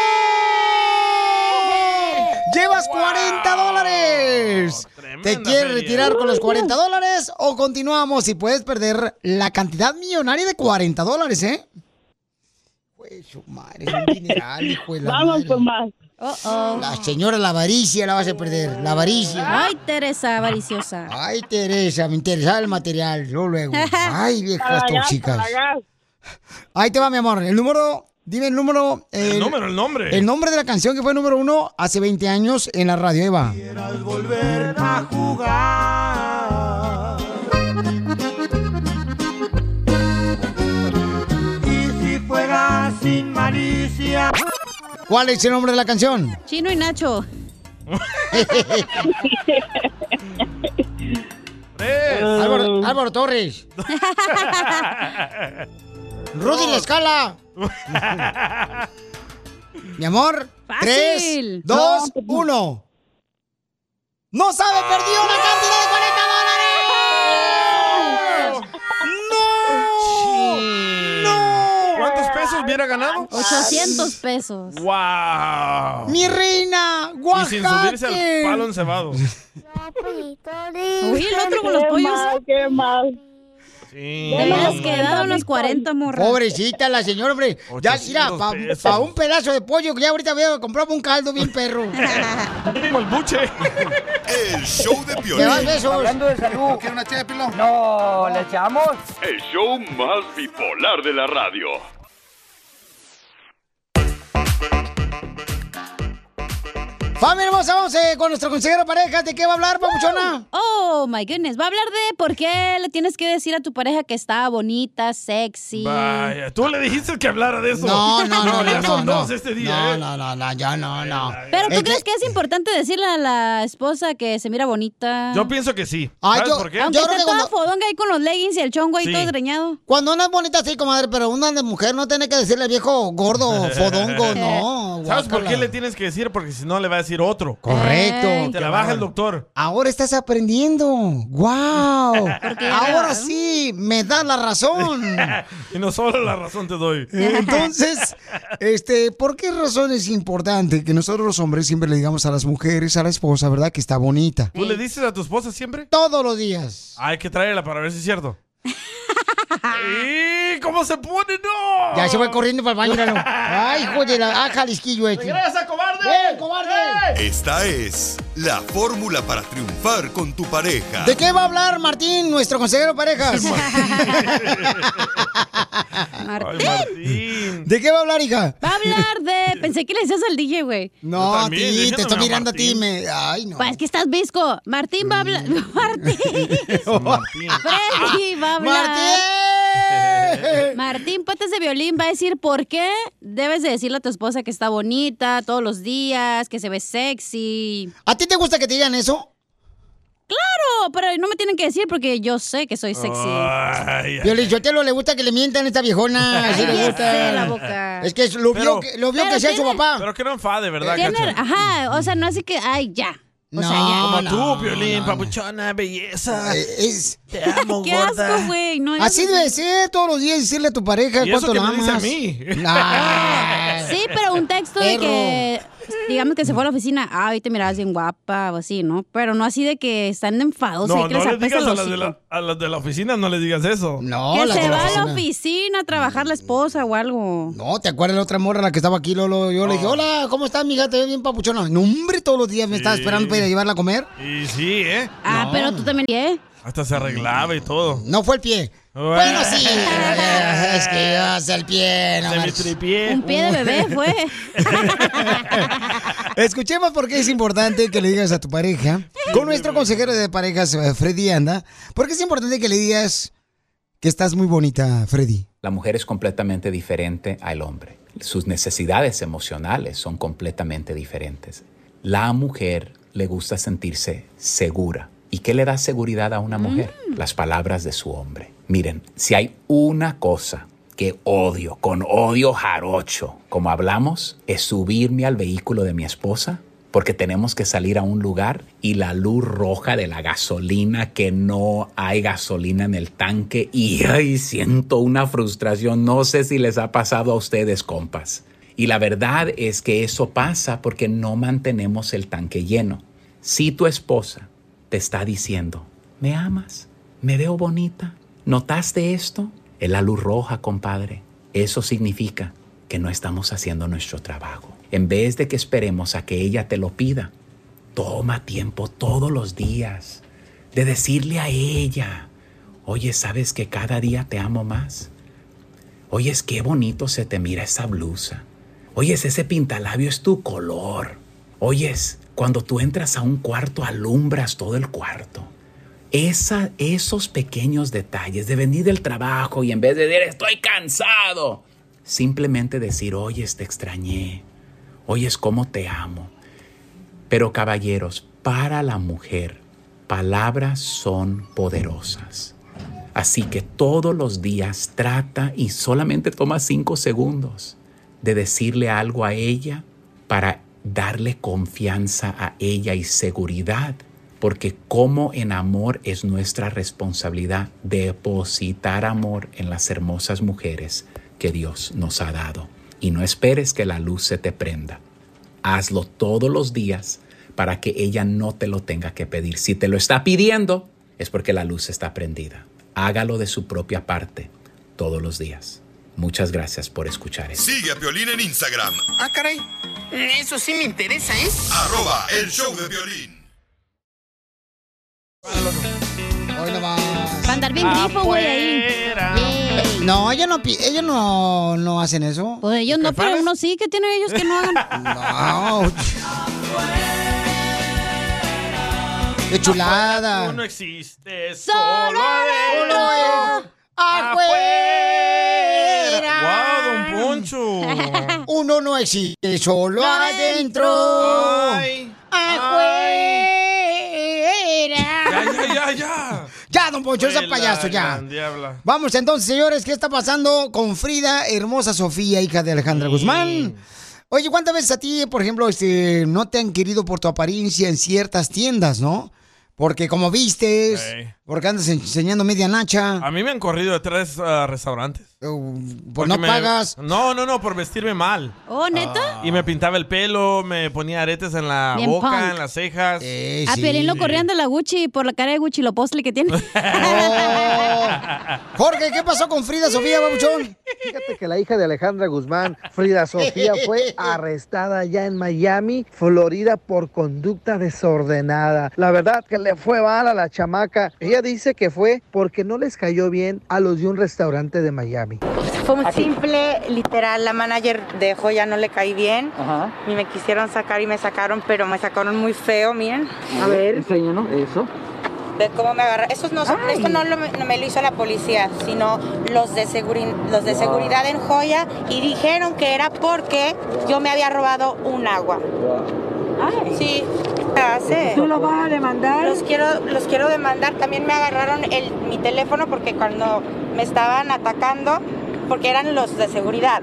Llevas 40 dólares. ¿Te quieres retirar con los 40 dólares o continuamos y puedes perder la cantidad millonaria de 40 dólares, eh? Madre, es un dineral, hijo de la Vamos madre. por más. La señora, la avaricia la vas a perder. La avaricia. Ay, Teresa, avariciosa. Ay, Teresa, me interesaba el material. Yo (laughs) luego. Ay, viejas tóxicas. Ahí te va, mi amor. El número, dime el número. El, número, el nombre. El nombre de la canción que fue número uno hace 20 años en la radio, Eva. Volver a jugar. Y si fuera sin malicia. ¿Cuál es el nombre de la canción? Chino y Nacho. Eh, um. Álvaro, Álvaro (laughs) Torres. Rudy La Escala. Mi amor, Fácil. tres, dos, uno. ¡No sabe! ¡Perdió la cantidad de 40 dólares! ¡No! ¿Cuántos pesos hubiera ganado? 800 pesos. ¡Wow! ¡Mi reina! Y sin subirse al palo ¡Guajate! (laughs) encebado. Uy, el otro con los Qué pollos. mal, qué mal. Sí. Te hubieras quedado en los 40, morra. Pobrecita la señora, hombre. Ya, mira, para 800 un pedazo de pollo que ya ahorita voy a comprar un caldo bien perro. (laughs) el buche. El show (coughs) de Te das besos. Hablando de salud. ¿Quieres una ché No, ¿le echamos? El show más bipolar de la radio. Familia hermosa, vamos eh, con nuestro consejero pareja. ¿De qué va a hablar, papuchona? Oh my goodness. Va a hablar de por qué le tienes que decir a tu pareja que está bonita, sexy. (laughs) Vaya, tú le dijiste que hablara de eso. No, no, no, Ya no, son no. dos este día, No, ¿eh? no, no, no, ya no, no. Pero Es tú crees que es importante decirle a la esposa que se mira bonita. Yo pienso que sí. Ah, ¿Sabes yo- por qué? Aunque esté toda fodonga ahí con los leggings y el chongo ahí Sí. todo dreñado. Cuando una es bonita, sí, comadre, pero una de mujer no tiene que decirle viejo gordo, (laughs) fodongo, no. ¿Sabes por guácala. qué le tienes que decir? Porque si no le va a decir otro. Correcto. Ey. Te la baja el doctor. Ahora estás aprendiendo. ¡Wow! Ahora sí, me da la razón. (laughs) y no solo la razón te doy. Eh, Entonces, este, ¿por qué razón es importante que nosotros los hombres siempre le digamos a las mujeres, a la esposa, ¿verdad? Que está bonita. ¿Tú le dices a tu esposa siempre? Ah, Todos los días. Hay que traerla para ver si es cierto. ¡Y cómo se pone! ¡No! Ya se va corriendo para el baño, (laughs) míralo. ¡Ay, hijo de la... ¡Ah, jalisquillo este! ¡Regresa, cobarde! ¡Ven, cobarde! Esta es la fórmula para triunfar con tu pareja. ¿De qué va a hablar Martín, nuestro consejero parejas? ¿De qué va a hablar, hija? Va a hablar de. Pensé que le decías al DJ, güey. No, Yo a también, ti, te diciéndome estoy a mirando a ti. Martín. Mm. Me... Ay, no. Pues que estás visco. Martín va a hablar. (laughs) Martín. Freddy va a hablar. Martín. Martín Patas de Violín va a decir por qué debes de decirle a tu esposa que está bonita todos los días, que se ve sexy. ¿A ti te gusta que te digan eso? Claro, pero no me tienen que decir porque yo sé que soy sexy. Violín, yo te lo le gusta que le mientan a esta viejona. así le gusta. Cállese la boca. Es que lo vio que, lo vio que sea su papá. Pero que no enfade, ¿verdad, Tiene- Cacha? ajá, o sea, no así que, ay, ya. O sea, ya. Como tú, Piolín, papuchona, belleza. Eh, Es... Te amo, (laughs) Qué gorda. asco, güey. No, Así debe ser todos los días decirle a tu pareja Y eso cuánto que la me dice a amas. mí. Nah. (laughs) Sí, pero un texto de que, digamos que se fue a la oficina, ay, te mirabas bien guapa o así, ¿no? Pero no así de que están No, enfadados y no que les le apesta digas a el las, de hocico. la, a las de la oficina, no le digas eso. No, que se va a la oficina a trabajar la esposa o algo. No, Oh, ¿te acuerdas la otra morra la que estaba aquí, Lolo? Yo le Oh. dije, hola, ¿cómo estás, mija? ¿Te ves bien papuchona? No, hombre, todos los días me estaba Sí. esperando para ir a llevarla a comer. Y sí, ¿eh? Ah, No. pero tú también, ¿eh? Hasta se arreglaba y todo. No fue el pie. Bueno, (laughs) sí. es que ibas el pie, no Se me marches. tripié. Uh. Un pie de bebé (laughs) (laughs) fue. Escuchemos por qué es importante que le digas a tu pareja, con nuestro consejero de parejas, eh, Freddy Anda, por qué es importante que le digas que estás muy bonita, Freddy. La mujer es completamente diferente al hombre. Sus necesidades emocionales son completamente diferentes. La mujer le gusta sentirse segura. ¿Y qué le da seguridad a una mujer? Las palabras de su hombre. Miren, si hay una cosa que odio, con odio jarocho, como hablamos, es subirme al vehículo de mi esposa porque tenemos que salir a un lugar y la luz roja de la gasolina, que no hay gasolina en el tanque y ay, siento una frustración, no sé si les ha pasado a ustedes, compas. Y la verdad es que eso pasa porque no mantenemos el tanque lleno. Si tu esposa te está diciendo, me amas, me veo bonita, ¿notaste esto? Es la luz roja, compadre. Eso significa que no estamos haciendo nuestro trabajo. En vez de que esperemos a que ella te lo pida, toma tiempo todos los días de decirle a ella, oye, ¿sabes que cada día te amo más? Oye, es qué bonito se te mira esa blusa. Oyes, ese pintalabio es tu color. Oyes, cuando tú entras a un cuarto, alumbras todo el cuarto. Esa, esos pequeños detalles de venir del trabajo y en vez de decir estoy cansado, simplemente decir, oyes, te extrañé, oyes, cómo te amo. Pero caballeros, para la mujer, palabras son poderosas. Así que todos los días trata y solamente toma cinco segundos de decirle algo a ella para darle confianza a ella y seguridad, porque como en amor es nuestra responsabilidad depositar amor en las hermosas mujeres que Dios nos ha dado. Y no esperes que la luz se te prenda. Hazlo todos los días para que ella no te lo tenga que pedir. Si te lo está pidiendo, es porque la luz está prendida. Hágalo de su propia parte todos los días. Muchas gracias por escuchar esto. Sigue a Violín en Instagram, Ah, caray. Mm, Eso sí me interesa, ¿eh? arroba el show de violín. Hoy nomás. Va a andar bien Ah, grifo, güey, ahí. Yay. No, ellos no, pi- ellos no, no hacen eso. Pues ellos no, pero uno sí, que tienen ellos que no hagan? No. Qué chulada. No existe. Solo adentro. ¡Afuera! ¡Wow, don Poncho! (laughs) Uno no existe solo adentro. Ay, ¡Afuera! Ya, ya, ya. Ya, don Poncho, ese Vela, payaso, ya. gran diabla. Vamos entonces, señores, ¿qué está pasando con Frida, hermosa Sofía, hija de Alejandra Guzmán? Oye, ¿cuántas veces a ti, por ejemplo, este, no te han querido por tu apariencia en ciertas tiendas, no? Porque como vistes, Ey. porque andas enseñando media (laughs) nacha. A mí me han corrido de tres ah, restaurantes. Pues Porque no me- pagas. No, no, no, por vestirme mal. Oh, Ah, ¿neta? Y me pintaba el pelo, me ponía aretes en la Bien boca, punk. en las cejas. A Piolín lo corrían de la Gucci por la cara de Gucci lo postle que tiene. (laughs) Jorge, ¿qué pasó con Frida Sofía, babuchón? Fíjate que la hija de Alejandra Guzmán, Frida Sofía, (laughs) fue arrestada ya en Miami, Florida, por conducta desordenada. La verdad que le fue mal a la chamaca. Ella dice que fue porque no les cayó bien a los de un restaurante de Miami. Fue muy simple, literal, la manager dejó, ya no le caí bien. Y me quisieron sacar y me sacaron, pero me sacaron muy feo, miren. A ver, enséñanos eso. Ve cómo me agarra. Eso no, son- Ay. esto no, lo- no me lo hizo la policía, sino los de, seguri- los de Wow. seguridad en Joya y dijeron que era porque yo me había robado un agua. Sí, ¿qué hace? ¿Tú lo vas a demandar? Los quiero, los quiero demandar. También me agarraron el, mi teléfono porque cuando me estaban atacando, porque eran los de seguridad.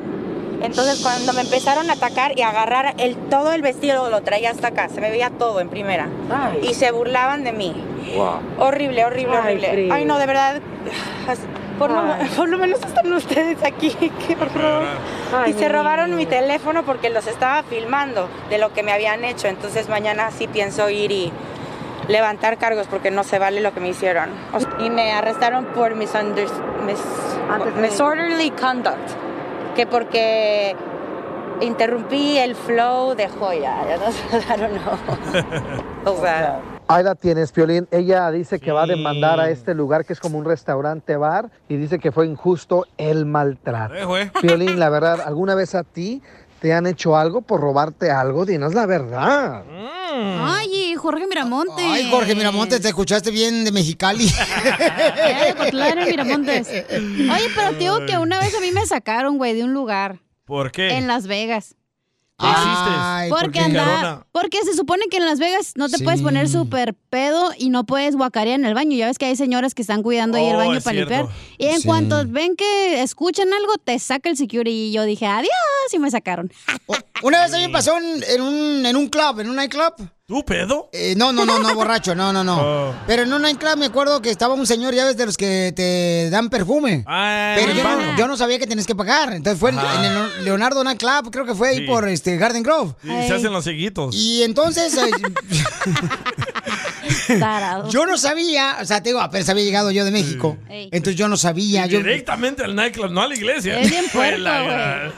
Entonces cuando me empezaron a atacar y a agarrar el, todo el vestido lo traía hasta acá, se me veía todo en primera. Ay. Y se burlaban de mí. Horrible, horrible, Ay, horrible. Ay, Frida. no, de verdad. Por lo, Ay. por lo menos están ustedes aquí. (laughs) Qué horror. Ay, y se mi robaron mi teléfono porque los estaba filmando de lo que me habían hecho. Entonces mañana sí pienso ir y levantar cargos porque no se vale lo que me hicieron. O sea, y me arrestaron por misunder- mis- misorderly conduct. Que porque interrumpí el flow de joya. (laughs) Ya no I don't know. O sea. Ahí la tienes, Piolín. Ella dice que va a demandar a este lugar que es como un restaurante bar y dice que fue injusto el maltrato. Eh, güey. Piolín, la verdad, ¿alguna vez a ti te han hecho algo por robarte algo? Dinos la verdad. Ay, Jorge Miramonte. Ay, Jorge Miramontes, te escuchaste bien de Mexicali. (laughs) Claro, Miramontes. Oye, pero te digo que una vez a mí me sacaron, güey, de un lugar ¿Por qué? en Las Vegas. Ay, ¿por porque qué? anda, Carona. porque se supone que en Las Vegas no te puedes poner súper pedo y no puedes guacarear en el baño. Ya ves que hay señoras que están cuidando ahí el Oh, baño es para cierto. limpiar. Y en Sí. cuanto ven que escuchan algo, te saca el security. Y yo dije, adiós, y me sacaron. Una vez a mí me pasó en, en un, en un club, en un nightclub. Eh, ¿Tú, pedo? no, no, (laughs) no, no, borracho, no, no, no. Oh. Pero en un nightclub me acuerdo que estaba un señor, ya ves, de los que te dan perfume. Ah, Pero en yo el no, baño. yo no sabía que tenías que pagar. Entonces fue en- Ajá. en el Leonardo Nightclub, creo que fue ahí Sí. por este Garden Grove. Y se hacen los seguitos. Y entonces eh, yo no sabía, o sea, te digo, apenas había llegado yo de México. Ey. Entonces yo no sabía. yo- Directamente al nightclub, no a la iglesia. Es (laughs) bien puerco, Pues, la-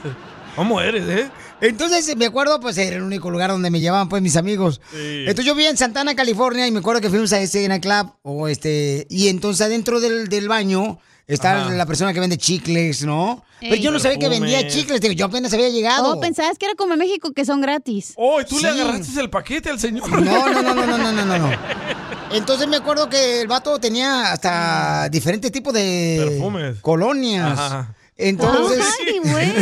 ¿Cómo eres, eh? Entonces me acuerdo, pues era el único lugar donde me llevaban, pues mis amigos. Sí. Entonces yo vivía en Santana, California, y me acuerdo que fuimos a ese nightclub, o este, y entonces adentro del, del baño está Ajá. la persona que vende chicles, ¿no? Pero Ey. yo no sabía que vendía Perfumes. chicles, digo, yo apenas había llegado. Oh, pensabas que era como en México, que son gratis. Oh, ¿Tú le Sí. agarraste el paquete al señor? No, no, no, no, no, no, no, no, no. Entonces me acuerdo que el vato tenía hasta diferentes tipos de colonias. Ajá. Entonces. Ay, (laughs) güey.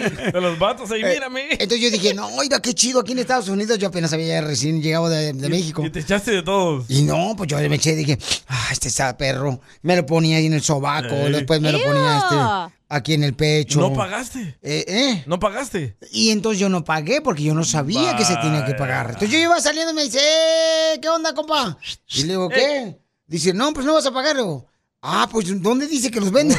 (laughs) De los vatos ahí, (laughs) Eh, mírame. Entonces yo dije, no, oiga, qué chido, aquí en Estados Unidos yo apenas había recién llegado de, de México. Y te echaste de todos. Y no, pues yo me eché y dije, ah, este está perro. Me lo ponía ahí en el sobaco, Ey. después me lo ponía Ew. este, aquí en el pecho. Eh. ¿No pagaste? Eh, ¿eh? ¿No pagaste? Y entonces yo no pagué porque yo no sabía que se tenía que pagar. Entonces yo iba saliendo y me dice, "Eh, ¿qué onda, compa? Y le digo, ¿qué? Dice, no, pues no vas a pagar. Le digo, ah, pues ¿dónde dice que los (laughs) venden?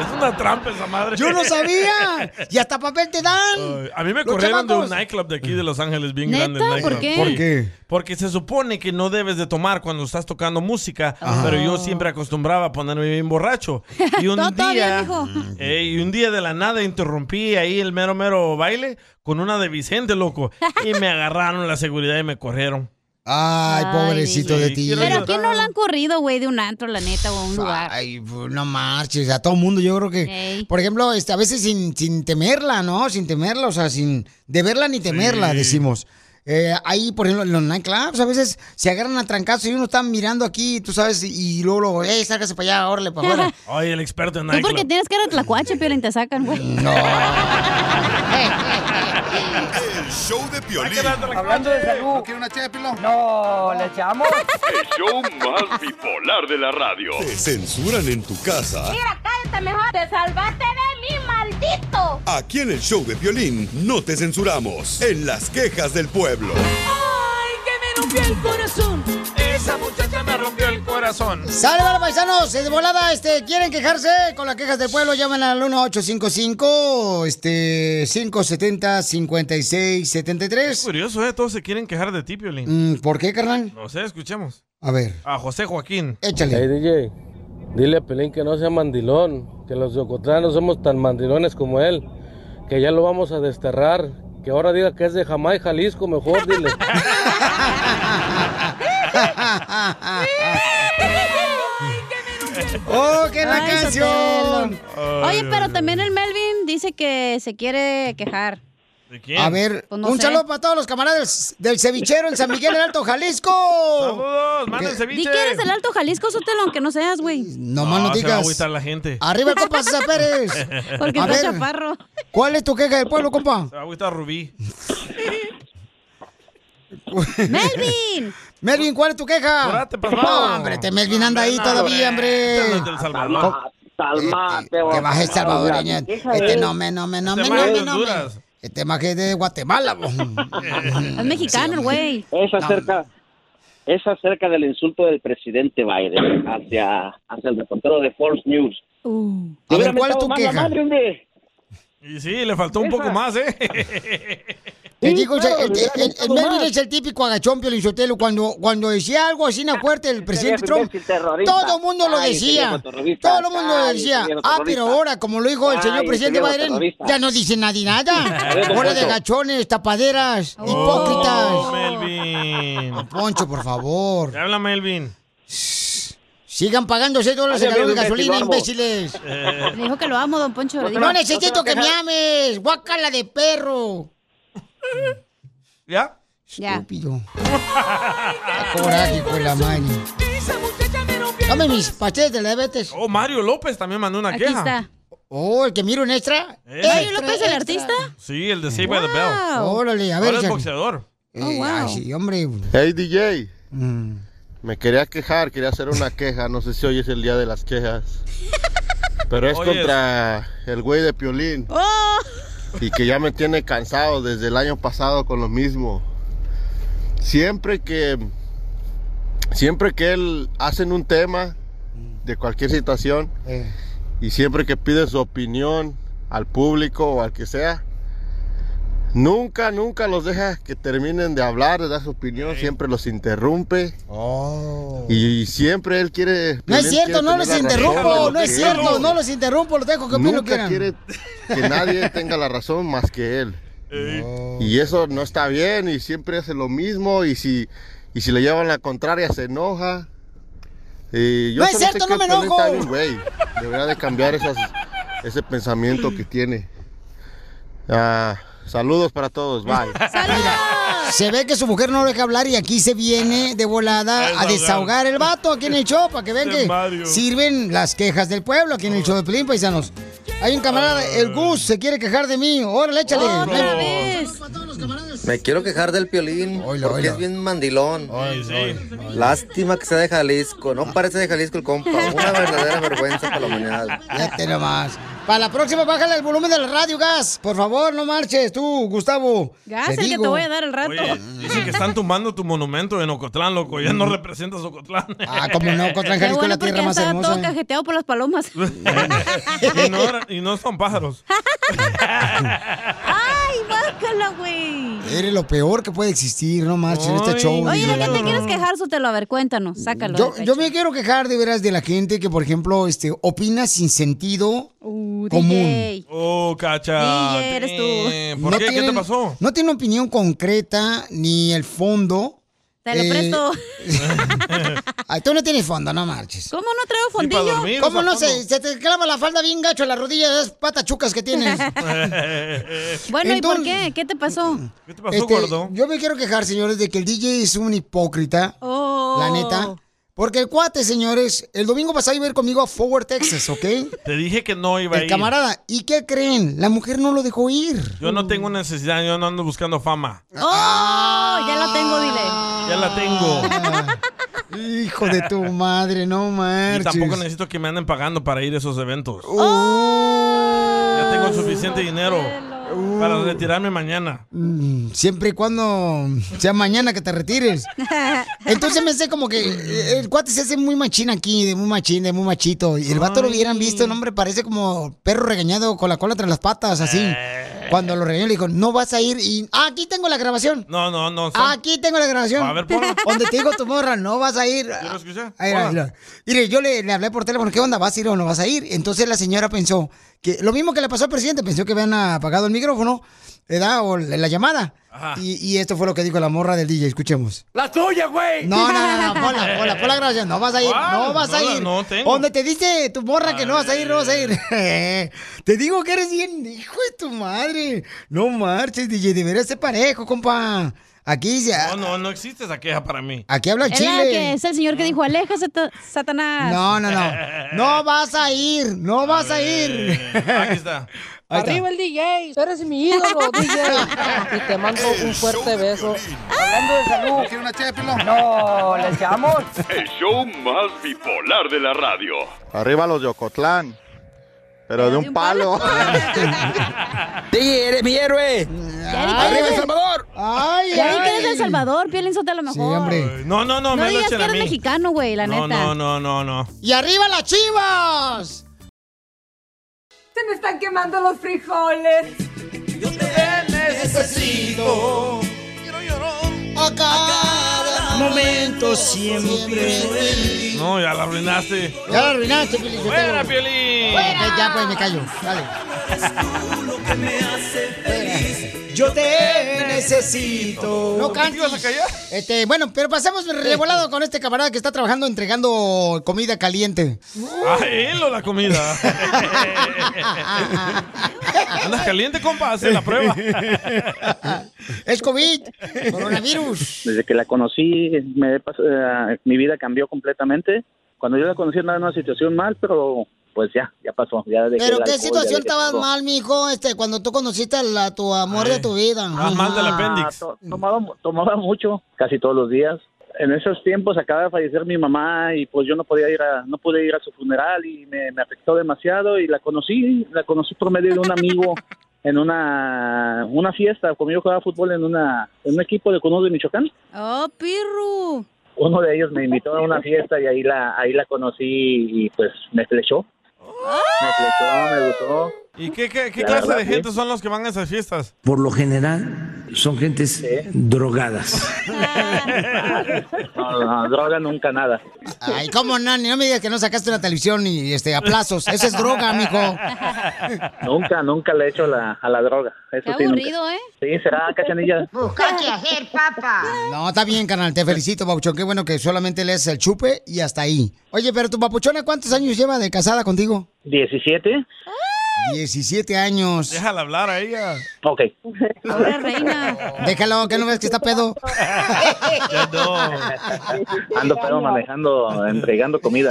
Es una trampa esa madre. yo no sabía. Y hasta papel te dan. Ay, A mí me Los corrieron de un chamacos. nightclub de aquí de Los Ángeles, bien ¿Neta? grande. el nightclub. ¿Por qué? Sí. ¿Por qué? Porque se supone que no debes de tomar cuando estás tocando música, Ajá. pero yo siempre acostumbraba a ponerme (laughs) bien borracho. Y un Todo bien, día, hijo. eh, y un día de la nada interrumpí ahí el mero mero baile con una de Vicente, loco. Y me agarraron la seguridad y me corrieron. Ay, pobrecito de ti. Pero ¿a quién no le han corrido, güey, de un antro, la neta, o un lugar? Ay, pues, no marches, a todo mundo yo creo que, Ey. por ejemplo, este, a veces sin, sin temerla, ¿no? Sin temerla, o sea, sin deberla ni temerla, decimos. Eh, ahí, por ejemplo, en los nightclubs a veces se agarran a trancazos y uno está mirando aquí, tú sabes, y luego, luego ¡eh, sálgase para allá, órale, (laughs) para afuera! Ay, el experto en Tú porque nightclub. tienes cara de tlacuache, Piolín, te sacan, güey. El show de Piolín. Hablando de salud. ¿No quiere una ché, Pilo? No, le echamos. El show más bipolar de la radio. Te censuran en tu casa. cállate mejor. Te salvaste de mí, maldito. Aquí en el show de Piolín no te censuramos. En las quejas del pueblo. Ay, que me rompió el corazón. Esa muchacha me rompió el corazón. ¡Sale, vale, paisanos! De volada, este, ¿quieren quejarse con las quejas del pueblo? Llamen al 1855 este, 570 5673 Curioso, ¿eh? Todos se quieren quejar de ti, Piolín. Mm, ¿Por qué, carnal? No sé, escuchemos. A ver. A José Joaquín. Échale. Hey, DJ, dile a Pelín que no sea mandilón, que los yocotlanos somos tan mandilones como él, que ya lo vamos a desterrar, que ahora diga que es de Jamaica y Jalisco, mejor dile. ¡Oh, qué la Ay, canción! Sotelo. Oye, pero también el Melvin dice que se quiere quejar. ¿De A ver, Pues no un sé. saludo para todos los camaradas del cevichero en San Miguel del Alto, Jalisco. Saludos, manden Di ceviche. que eres del Alto Jalisco, Sotelo, aunque no seas, güey. No más no Ah, se va a digas. agüitar la gente. Arriba el (laughs) compa César Pérez. Porque a está ver, chaparro. ¿cuál es tu queja del pueblo, compa? Se va a agüitar Rubí. ¡Melvin! (laughs) Melvin, ¿cuál es tu queja? Apúrate, papá. no, hombre, te Melvin anda ahí todavía, hombre. Eh, Este, Salma- Salmate, Que baje Guatemala. salvadoreña. Esa Este es. no me, no me, no me, Este no maje me, de no me. Honduras. Este más que de (laughs) Guatemala, vos. Es mexicano, el güey. Es acerca, es acerca del insulto del presidente Biden hacia, hacia el reportero de Fox News. Uh. Le hubiera ¿cuál es mentado tu más la queja? madre, hombre. Y sí, le faltó un Esa. poco más, ¿eh? Te digo, claro, el, le el- hubiera el- el gustado Melvin más. es el típico agachón, Piolinsotelo. Cuando, cuando decía algo así Ah, en la fuerte el presidente viejo Trump, imbécil terrorista. todo el mundo lo Ay, ese viejo decía. terrorista. Todo el mundo lo Ay, ese decía. viejo Ah, pero terrorista. ahora, como lo dijo el Ay, señor ese presidente viejo Biden, terrorista. ya no dice nadie (laughs) nada. A ver, don Hora de Poncho. Oh. agachones, tapaderas, (laughs) hipócritas. Oh, Melvin. Poncho, por favor. Te habla Melvin. Sigan pagando 6 dólares el galón de Hágame un gasolina, castigo, amo. imbéciles. Eh. Le dijo que lo amo, don Poncho. le dijo. No necesito que me ames, guacala de perro. ¿Ya? Ya. (laughs) Estúpido. Coraje con la mano. Dame mis pasteles de diabetes. Oh, Mario López también mandó una queja. Oh, el que miro un extra. Eh. ¿Mario Extra, López, el extra. (laughs) artista? Sí, el de Save by the Bell. Wow. Órale, a ver, Ahora es Jackie. boxeador. Eh, ay, sí, hombre. Mm. Hey DJ, me quería quejar, quería hacer una queja, no sé si hoy es el día de las quejas, pero es Hoy es. contra el güey de Piolín y que ya me tiene cansado desde el año pasado con lo mismo. Siempre que, siempre que él hacen un tema de cualquier situación Eh. y siempre que pide su opinión al público o al que sea, Nunca, nunca los deja que terminen de hablar, de dar su opinión, siempre los interrumpe. Y, siempre él quiere... No es Piolín cierto, quiere no tener los la razón de interrumpo, lo no es que cierto, él- no los interrumpo, los dejo que opinen lo que Nunca quieran. quiere que nadie tenga la razón más que él. Y eso no está bien y siempre hace lo mismo y si, y si le llevan la contraria se enoja. Y yo No es solo sé cierto, que no me Piolín enojo. está bien, güey. Debería de cambiar esas- ese pensamiento que tiene. Ah, Saludos para todos, bye. (laughs) Se ve que su mujer no lo deja hablar y aquí se viene de volada a desahogar el vato aquí en el show para que vean Este que Mario. sirven las quejas del pueblo aquí en el show de Pelín, paisanos. Hay un camarada, el Gus, se quiere quejar de mí. Órale, échale. ven. Me quiero quejar del piolín porque es bien mandilón. Lástima que sea de Jalisco. No parece de Jalisco el compa. Una verdadera vergüenza para la humanidad. Fíjate nomás. Para la próxima, bájale el volumen del radio, Gas. Por favor, no marches tú, Gustavo. Gas, el que te voy a dar el rato. Oye, dicen que están tumbando tu monumento en Ocotlán, loco. Ya no representas Ocotlán. Mm. Ah, como no, Ocotlán, Qué bueno porque ya estaba todo cajeteado por las palomas. (laughs) y, no eran- y no son pájaros. ¡Ay, bácalo, güey! Eres lo peor que puede existir, no marches, en este show. Oye, digo, ¿de qué la- te quieres quejar, Sotelo? A ver, cuéntanos, sácalo. Yo, del yo pecho. me quiero quejar de veras de la gente que, por ejemplo, este, opina sin sentido Uh, común. DJ. Oh, cacha. DJ, eres tú. ¿Por qué? ¿Qué te pasó? No tiene opinión concreta ni el fondo. Eh, Te lo presto. (laughs) Ay, tú no tienes fondo, no marches. ¿Cómo no traigo ¿Cómo fondillo? no? Se, se te clava la falda bien gacho en la rodilla de esas patachucas que tienes. (laughs) Bueno, ¿y por Entonces- qué? ¿Qué te pasó? ¿Qué te Este, Yo me quiero quejar, señores, de que el DJ es un hipócrita. Oh. La neta. Porque el cuate, señores, el domingo vas a ir conmigo a Forward, Texas, ¿ok? Te dije que no iba a El ir. camarada. ¿Y qué creen? La mujer no lo dejó ir. Yo no tengo necesidad, yo no ando buscando fama. ¡Oh! Ya la tengo, dile. Ya la tengo. Ah, Hijo de tu madre, no Y marches. tampoco necesito que me anden pagando para ir a esos eventos. Uh. Oh. Ya tengo suficiente dinero para retirarme mañana. Mm, Siempre y cuando sea mañana que te retires. Entonces me sé como que eh, el cuate se hace muy machín aquí, de muy machín, de muy machito. Y el vato lo hubieran visto, el hombre parece como perro regañado con la cola tras las patas, así. Eh. Cuando lo regañó le dijo, no vas a ir y... "Ah, aquí tengo la grabación. No, no, no. son- Ah, Ah. Aquí tengo la grabación. A ver, ponla. (laughs) Donde te digo tu morra, no vas a ir. ¿Lo escuché? Ahí va, ahí va. Mire, yo le, le hablé por teléfono, ¿qué onda? ¿Vas a ir o no vas a ir? Entonces la señora pensó que lo mismo que le pasó al presidente, pensó que habían apagado el micrófono, ¿verdad? O la la llamada. Y, y esto fue lo que dijo la morra del DJ, escuchemos. ¡La tuya, güey! No, no, no, no, ponla, ponla, ponla grabación. No vas a ir, ¿Cuál? no vas a No la- ir. no tengo. Donde te dice tu morra que no vas a ir, no vas a ir. (laughs) te digo que eres bien, hijo de tu madre. No marches, DJ, deberías ser parejo, compa. Aquí se... No, no, no existe esa queja para mí. Aquí habla el Es la chile. que es el señor que dijo, aleja sata- Satanás. No, no, no. (laughs) No vas a ir, no vas a ir. Eh, Aquí está. Ahí está. el DJ, tú eres mi ídolo, DJ. Y te mando un fuerte beso. Hablando de salud. ¿Quieres una ché, No, le echamos. El show más bipolar de la radio. Arriba los de Ocotlán, pero de un palo. (laughs) DJ, eres mi héroe. ¡Arriba El Salvador! ¡Ay, Ya vi ay. que eres de El Salvador, Piolín Sotelo (laughs) mejor. No, no, no, No, me lo digas que echen a eres mí. mexicano, güey, la no, neta. no, no, no, no. ¡Y arriba las chivas! Se me están quemando los frijoles. Yo te necesito. A cada momento siempre. No, ya la arruinaste. Ya la arruinaste, Piolín. Sotelo. ¡Fuera, Piolín! Ok, ya, pues, me callo. Dale. Yo te necesito. No cantes. Este, bueno, pero pasemos revolado con este camarada que está trabajando entregando comida caliente. ¡Ah, él o la (laughs) comida! Andas caliente, compa, haz la (laughs) prueba. Es COVID, coronavirus. Desde que la conocí, me he pas- eh, mi vida cambió completamente. Cuando yo la conocí andaba en una situación mal, pero pues ya, ya pasó. Ya dejé ¿Pero el qué alcohol, ya situación dejé estabas todo. mal, mijo, este, cuando tú conociste a la- tu amor de tu vida? Ah, to- tomaba, mu- tomaba mucho, casi todos los días. En esos tiempos acaba de fallecer mi mamá y pues yo no podía ir a, no pude ir a su funeral y me, me afectó demasiado y la conocí, la conocí por medio de un amigo en una, una fiesta, conmigo jugaba fútbol en una, en un equipo de Conudo de Michoacán. Oh, pirru. Uno de ellos me invitó a una fiesta y ahí la, ahí la conocí y pues me flechó. Me flechó, me gustó. ¿Y qué, qué, qué La clase verdad, de sí. gente son los que van a esas fiestas? Por lo general son gentes drogadas. No, no, droga nunca nada. Ay, cómo no, Ni no me digas que no sacaste una televisión y este, a plazos. Eso es droga, mijo. Nunca, nunca le he hecho la, a la droga. Eso Qué sí, nunca. aburrido, ¿eh? Sí, será cachanilla. Busca que hacer, papá. No, está bien, canal. Te felicito, Papuchón. Qué bueno que solamente le haces el chupe y hasta ahí. Oye, pero tu papuchona, ¿cuántos años lleva de casada contigo? 17. 17 años. Déjala hablar a ella. Ok. Ahora reina. (laughs) Déjalo, que no ves que está pedo. Ando pero manejando, entregando comida.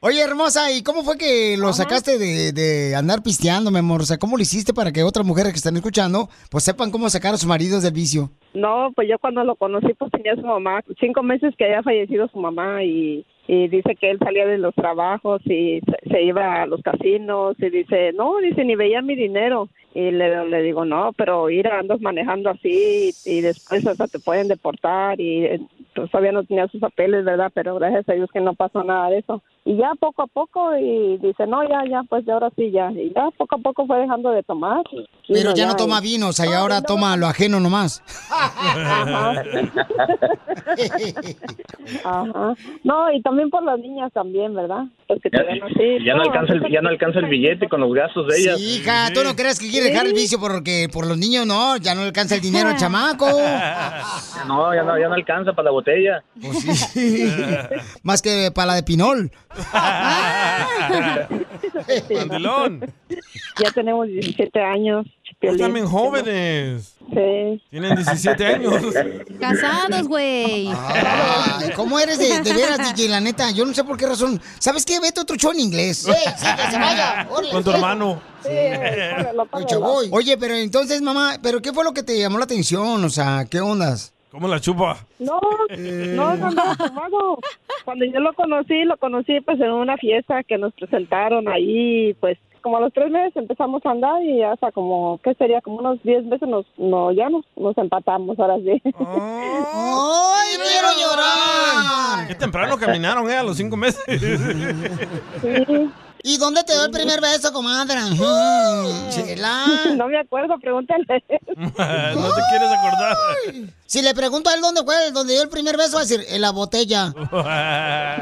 Oye, hermosa, ¿y cómo fue que lo sacaste de, de andar pisteando, mi amor? O sea, ¿cómo lo hiciste para que otras mujeres que están escuchando, pues sepan cómo sacar a sus maridos del vicio? No, pues yo cuando lo conocí, pues tenía su mamá. Cinco meses que había fallecido su mamá y, y dice que él salía de los trabajos y se, se iba a los casinos y dice, no, dice, ni veía mi dinero. Y le, le digo, no, pero ir andas manejando así y, y después hasta te pueden deportar y eh, pues, todavía no tenía sus papeles, ¿verdad? Pero gracias a Dios que no pasó nada de eso. Y ya poco a poco y dice, no, ya, ya, pues ya ahora sí, ya. Y ya poco a poco fue dejando de tomar. Y- y Pero ya no y- toma vino, o sea, y ahora toma lo ajeno (laughs) nomás. Ajá. No, y también por las niñas también, ¿verdad? Porque te ven así. Ya no alcanza el, ya no alcanza el billete con los gastos de ellas. Sí, hija, tú no crees que quiere dejar el vicio porque por los niños no, ya no le alcanza el dinero al (laughs) chamaco. No, ya no, ya no alcanza para la botella. Pues (laughs) Más que para la de Pinol. (laughs) Mandilón. Ya tenemos 17 años. Pues Piolín. también jóvenes. Sí. Tienen 17 años. Casados, güey. Ah, ¿Cómo eres de, de veras, DJ? La neta, yo no sé por qué razón. ¿Sabes qué? Vete otro show en inglés. Sí, sí, que se vaya. Órale. Con tu hermano. Mucho voy. Oye, pero entonces, mamá, ¿pero qué fue lo que te llamó la atención? O sea, ¿qué ondas? ¿Cómo la chupa? No, Eh. no, no, no, tomado. Cuando yo lo conocí, lo conocí pues en una fiesta que nos presentaron ahí, pues como a los tres meses empezamos a andar y hasta como, ¿qué sería? Como unos diez meses nos, no, ya nos, nos empatamos, ahora sí. Oh. ¡Ay, quiero llorar! Qué temprano caminaron, ¿eh? A los cinco meses. ¿Y dónde te dio el primer (laughs) beso, comadre? Ajá, chela. No me acuerdo, pregúntale. (laughs) no te quieres acordar. (laughs) Si le pregunto a él dónde fue, dónde dio el primer beso, va a decir, en la botella. ¿A,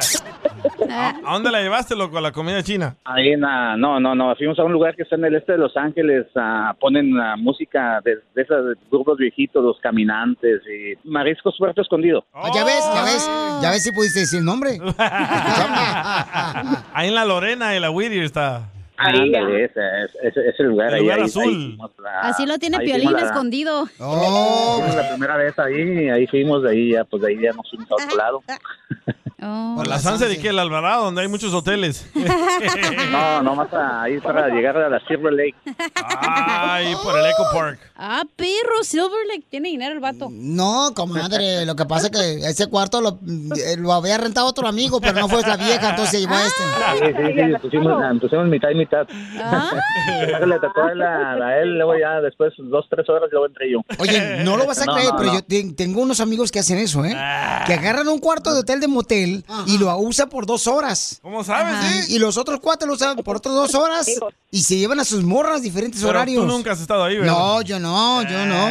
a dónde la llevaste, loco? A la comida china. Ahí en, ah, no, no, no, fuimos a un lugar que está en el este de Los Ángeles, ah, ponen ah, música de, de esos grupos viejitos, los caminantes y mariscos puerto escondido. Ah, Ya ves, ya ves, ya ves si pudiste decir el nombre. Ahí en la Lorena y la Wiri está. Ándale, ese es, ese es el lugar El ahí. lugar ahí- azul. Mm. ahí fuimos la- Así lo tiene ahí Piolín fuimos la- escondido. Oh. fuimos la primera vez ahí, ahí fuimos, de ahí ya, pues de ahí ya nos fuimos a otro lado. ¿A la Sanse de qué? El Alvarado, donde hay muchos hoteles. (laughs) No, no, más a- ahí para llegar a la Silver Lake. Ahí por el Eco Park. Ah, perro, Silver Lake tiene dinero el vato. No, comadre, lo que pasa es que ese cuarto lo, eh, lo había rentado otro amigo, pero no fue la vieja, entonces se llevó a este. Ah. Sí, sí, sí, pusimos, ah, pusimos mitad y mitad. Primero le tocó a él, a a él, luego ya después dos, tres horas luego entré yo. Oye, no lo vas a No, creer, no, pero no. yo te- tengo unos amigos que hacen eso, ¿eh? Ah. Que agarran un cuarto de hotel de motel y lo usan por dos horas. ¿Cómo sabes, eh? Y los otros cuatro lo usan por otras dos horas y se llevan a sus morras diferentes Pero horarios. tú nunca has estado ahí, ¿verdad? Eh. No, yo no, yo no.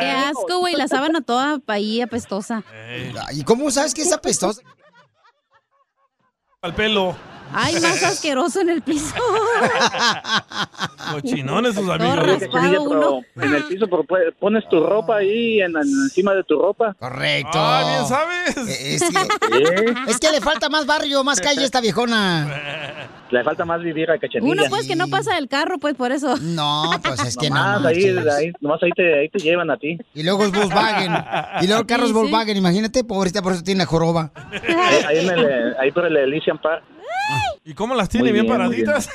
Qué asco, güey, la sábana toda ahí apestosa. ¿Y cómo sabes que es apestosa? Al pelo. Ay, (laughs) más asqueroso en el piso. Cochinones Ah. sus amigos. Oye, cachanilla, pero En el piso pero puede- pones tu ropa ahí, en, en- encima de tu ropa. Correcto. Ah, bien sabes. Es que, es que le falta más barrio, más calle a esta viejona. Le falta más vivir a Cachanilla. Uno, pues, que no pasa del carro, pues, por eso. No, pues, es Nomás ahí, ahí, nomás ahí te, ahí te llevan a ti. Y luego es Volkswagen. Y (laughs) luego carros Volkswagen, imagínate, pobrecita, por eso tiene la joroba. Ahí, ahí en el- ahí por el Elysian Park. ¿Y cómo las tiene? Bien, paraditas.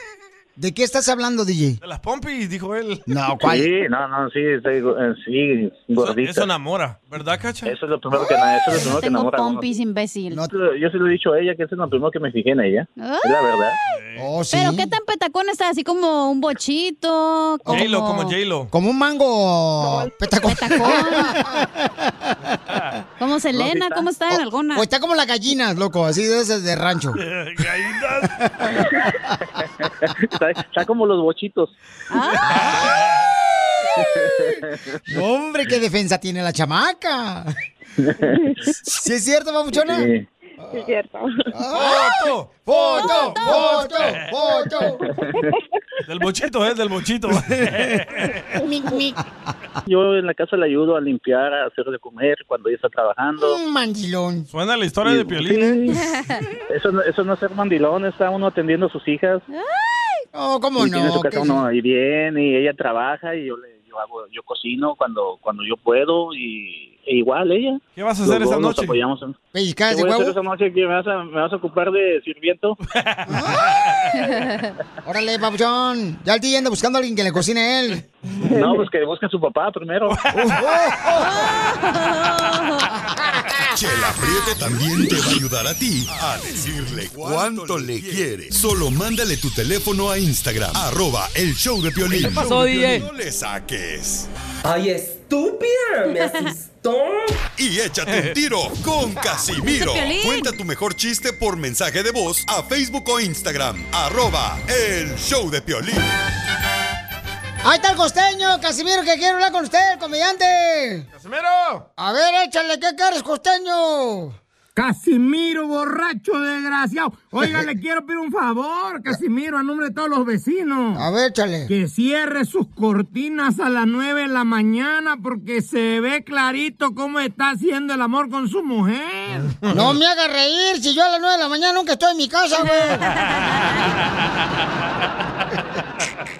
¿De qué estás hablando, DJ? De las pompis, dijo él. No, Sí, no, no, sí, estoy, eh, sí, gordito. Eso enamora, ¿verdad, Cacha? Eso es lo primero que, na- eso es lo primero que Tengo enamora a uno. pompis, imbécil. Yo se lo he dicho a ella que eso es lo primero que me fijé en ella. Es la Ay. verdad. Oh, Pero qué tan petacón está, así como un bochito, como... J-Lo, como J-Lo. Como un mango petacón. Como Selena, ¿cómo está Oh, en alguna? O está como las gallinas, loco, así de esas de (laughs) (laughs) rancho. (laughs) está, está como los bochitos. (laughs) No, Hombre, qué defensa tiene la chamaca. ¿Sí es cierto, papuchona? Sí. Es cierto. ¡Foto! ¡Foto! ¡Foto! ¡Foto! Del (laughs) bochito, es del (laughs) bochito. Yo en la casa le ayudo a limpiar, a hacer de comer cuando ella está trabajando. (laughs) Un mandilón. Suena la historia de Piolín. (laughs) Eso, no- eso no es ser mandilón, está uno atendiendo a sus hijas. No, ¿cómo y no? Tiene su casa ¿Qué- uno ahí bien y ella trabaja y yo le yo hago yo cocino cuando cuando yo puedo y e igual ella. ¿Qué vas a Los hacer dos esa nos noche? apoyamos en- ¿Pellizcadas de ¿Qué voy a hacer huevo? esa noche? ¿Qué, ¿Me vas a, me vas a ocupar de sirviento? Ah. (laughs) Órale, papuchón. Ya el día anda buscando a alguien que le cocine a él. No, pues que busque a su papá primero. Chela Prieto también te va a ayudar a ti a decirle cuánto le quiere. Solo mándale tu teléfono a Instagram, arroba el show de Piolín. ¿Qué pasó, DJ? No le saques. ¡Ay, estúpida! ¡Me asustó! Y échate un tiro (laughs) con Casimiro. Ese Piolín. Cuenta tu mejor chiste por mensaje de voz a Facebook o Instagram, arroba el show de (laughs) Piolín. (laughs) Ahí está el costeño, Casimiro, que quiero hablar con usted, el comediante. ¡Casimiro! A ver, échale, ¿qué quieres, costeño? Casimiro, borracho desgraciado. Oiga, (laughs) le quiero pedir un favor, Casimiro, a nombre de todos los vecinos. A ver, échale. Que cierre sus cortinas a las 9 de la mañana porque se ve clarito cómo está haciendo el amor con su mujer. (laughs) No me haga reír, si yo a las 9 de la mañana nunca estoy en mi casa, güey. (laughs)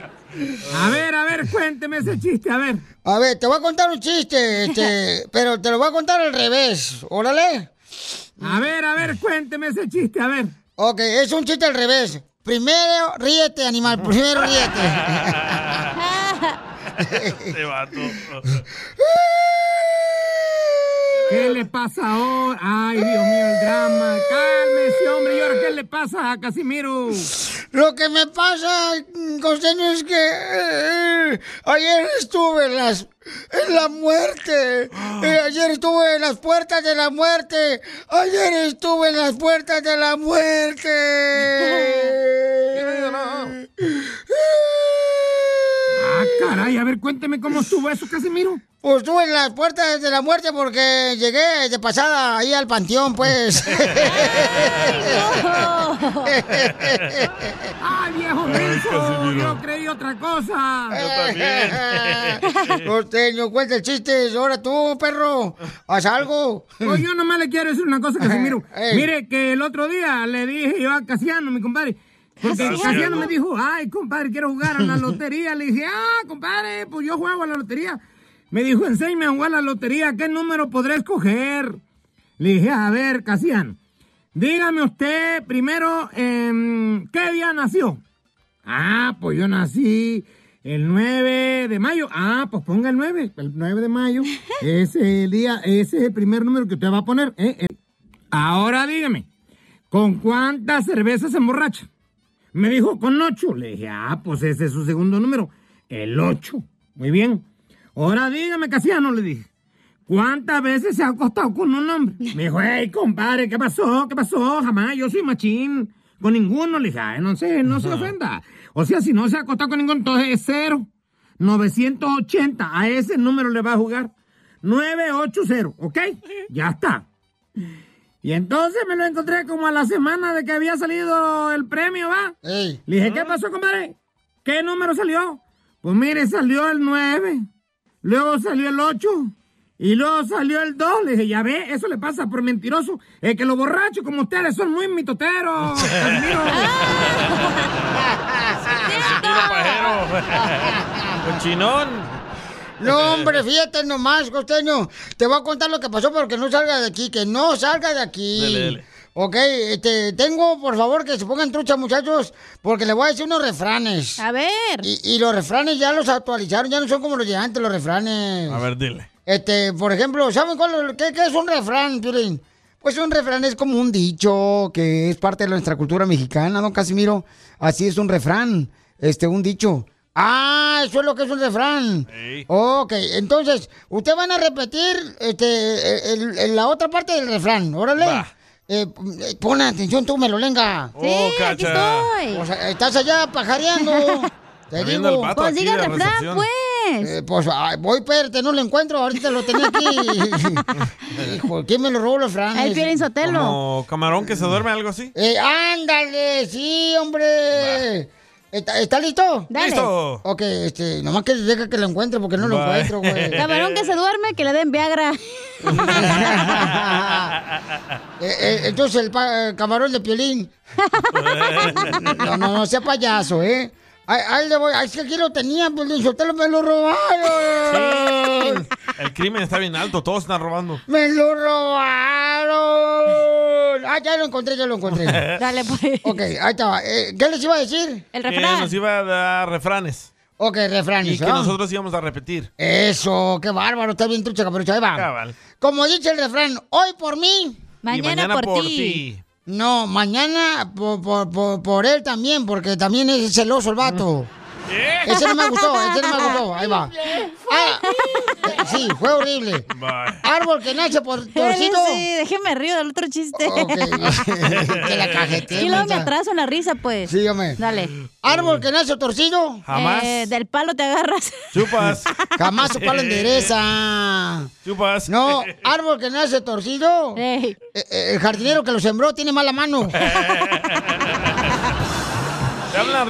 A ver, a ver, cuénteme ese chiste, a ver. A ver, te voy a contar un chiste, (laughs) este, pero te lo voy a contar al revés, órale. A ver, a ver, cuénteme ese chiste, a ver. Ok, es un chiste al revés. Primero ríete, animal, primero ríete. (laughs) Este vato. ¿Qué le pasa ahora? Ay, Dios mío, el drama. Cálmese, hombre. ¿Y ahora qué le pasa a Casimiro? Lo que me pasa, mm, Costeño, es que eh, ayer estuve en, las, en la muerte. Ah. Eh, ayer estuve en las puertas de la muerte. Ayer estuve en las puertas de (laughs) la muerte. Ah, caray, a ver, cuénteme cómo estuvo eso, Casimiro. Pues estuve en las puertas de la muerte porque llegué de pasada ahí al panteón, (laughs) pues. (laughs) ¡Ay, viejo menso! Yo creí otra cosa. Yo (laughs) Costeño, cuenta el chiste. Ahora tú, perro, haz algo. (laughs) Pues yo nomás le quiero decir una cosa, Casimiro. Mire, que el otro día le dije yo a Casiano, mi compadre. Porque Casiano. Casiano me dijo, ay, compadre, quiero jugar a la lotería. Le dije, ah, compadre, pues yo juego a la lotería. Me dijo, enséñame a jugar a la lotería, ¿qué número podré escoger? Le dije, a ver, Casiano, dígame usted primero, em, ¿qué día nació? Ah, pues yo nací el 9 de mayo. Ah, pues ponga el 9. El 9 de mayo. Ese es el día, ese es el primer número que usted va a poner. ¿eh? Eh, Ahora dígame, ¿con cuántas cervezas se emborracha? Me dijo, con 8. Le dije, ah, pues ese es su segundo número. El 8. Muy bien. Ahora dígame, Casiano, le dije. ¿Cuántas veces se ha acostado con un hombre? Me dijo, hey, compadre, ¿qué pasó? ¿Qué pasó? Jamás, yo soy machín. Con ninguno, le dije, "Ay, no sé, no se ofenda. O sea, si no se ha acostado con ninguno, entonces es cero. 980, a ese número le va a jugar. 980, ¿ok? Ya está. Y entonces me lo encontré como a la semana de que había salido el premio, ¿va? Le dije, ¿qué pasó, compadre? ¿Qué número salió? Pues mire, salió el 9, luego salió el 8 y luego salió el 2. Le dije, ya ve, eso le pasa por mentiroso. Es que los borrachos como ustedes son muy mitoteros. Casimiro. (laughs) Cochinón. No, hombre, fíjate nomás, costeño. Te voy a contar lo que pasó porque no salga de aquí, que no salga de aquí. Dele, dele. Ok, este, tengo, por favor, que se pongan trucha, muchachos, porque les voy a decir unos refranes. A ver. Y, y los refranes ya los actualizaron, ya no son como los de antes, los refranes. A ver, dile. Este, por ejemplo, ¿saben cuál qué, qué es un refrán, Piolín? Pues un refrán es como un dicho que es parte de nuestra cultura mexicana, don Casimiro. Así es un refrán, este, un dicho. Ah, eso es lo que es un refrán. Ok, entonces, ustedes van a repetir este, el- el- la otra parte del refrán, órale. Eh, pon atención tú, Melolenga. Sí, Oh, aquí cacha. estoy. O sea, estás allá (laughs) pajareando. Te Está viendo digo. el vato Pues aquí diga el de refrán, recepción. pues. pues ay, voy, espérate, no lo encuentro. Ahorita lo (laughs) tenía aquí. Hijo, ¿quién me lo robó los franes? El Piolín Sotelo. Eh, ah. Como camarón que se duerme, algo así. ándale, sí, hombre. ¿Está, está listo? Dale. Listo. Ok, este, nomás que deja que lo encuentre porque no lo Bye. encuentro, güey. Camarón que se duerme, que le den Viagra. (laughs) Eh, eh, (laughs) entonces, el pa- eh, camarón de piolín. No, no, no sea payaso, ¿eh? Ay, ahí le voy. Ay, es que aquí lo tenía, pues dice, usted me lo robaron. El crimen está bien alto, todos están robando. ¡Me lo robaron! Ah, ya lo encontré, ya lo encontré. Dale, pues. Ok, ahí estaba. Eh, ¿Qué les iba a decir? El Que Eh, nos iba a dar refranes. Ok, refranes. Y que ¿ah? nosotros íbamos a repetir. (laughs) Eso, qué bárbaro, está bien trucha, caperucho, ahí va. Cabal. Como dice el refrán, hoy por mí. Mañana mañana por por ti. ti. No, mañana por, por- por- por él también, porque también es celoso el vato. Mm. eh, Ese no me gustó, ese no me gustó, ahí va. Ah, eh, sí, fue horrible. Árbol que nace (laughs) por torcido. Sí, déjeme río del otro chiste. (laughs) que la cajeteen, Y luego me mensa. atraso en la risa, pues. Sí, hombre. Dale. Árbol que nace torcido. Jamás. Eh, del palo te agarras. Chupas. Jamás su palo endereza. Chupas. No, árbol que nace torcido. Eh, eh, El jardinero que lo sembró tiene mala (laughs) mano. Te hablan,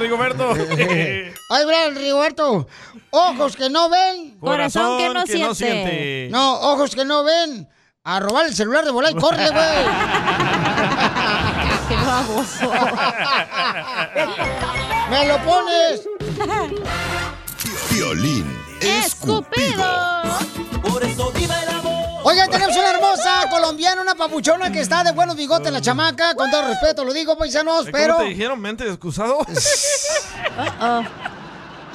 (laughs) Rigoberto. Ahí va el Rigoberto. Ojos que no ven. Corazón que no que no siente. siente. No, ojos que no ven. A robar el celular de volar y (laughs) corre, güey. Qué baboso. ¡Me lo pones! Piolín ¡Escupido! Por eso viva el amor. Oigan, tenemos una hermosa colombiana, una papuchona que está de buenos bigotes, la chamaca. Con todo respeto, lo digo, paisanos, ¿Cómo pero. te dijeron mente de (laughs) excusado? Ah.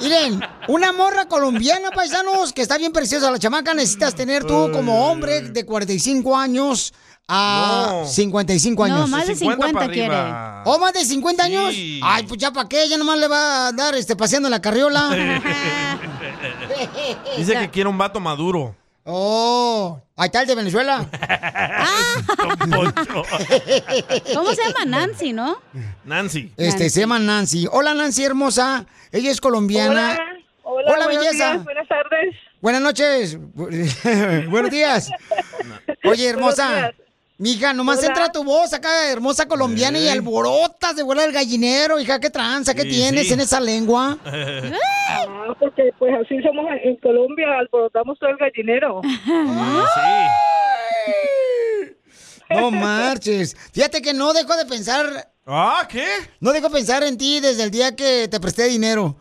Miren, una morra colombiana, paisanos, que está bien preciosa la chamaca, necesitas tener tú como hombre de 45 años a No. 55 No, años. más de 50 50 para quiere. arriba. ¿O más de 50 años? Ay, pues ya para qué, ya nomás le va a dar este paseando en la carriola. (laughs) Dice que quiere un vato maduro. Oh, ahí está el (laughs) de Venezuela. (laughs) ¿Cómo se llama Nancy, no? Nancy. Este, se llama Nancy. Hola, Nancy hermosa. Ella es colombiana. Hola, (laughs) Hola, buenos belleza. días, buenas tardes. Buenas noches. (laughs) Buenos días. Oye, hermosa. Buenos días. Mija, nomás Hola. entra tu voz acá, hermosa colombiana, y Sí. alborotas de vuela del gallinero, hija, qué tranza, qué Sí, tienes sí. en (laughs) esa lengua. Ah, porque pues así somos en Colombia, alborotamos todo el (laughs) gallinero. Ah, (laughs) No marches. Fíjate que no dejo de pensar. ¿Ah, qué? No dejo de pensar en ti desde el día que te presté (laughs) dinero.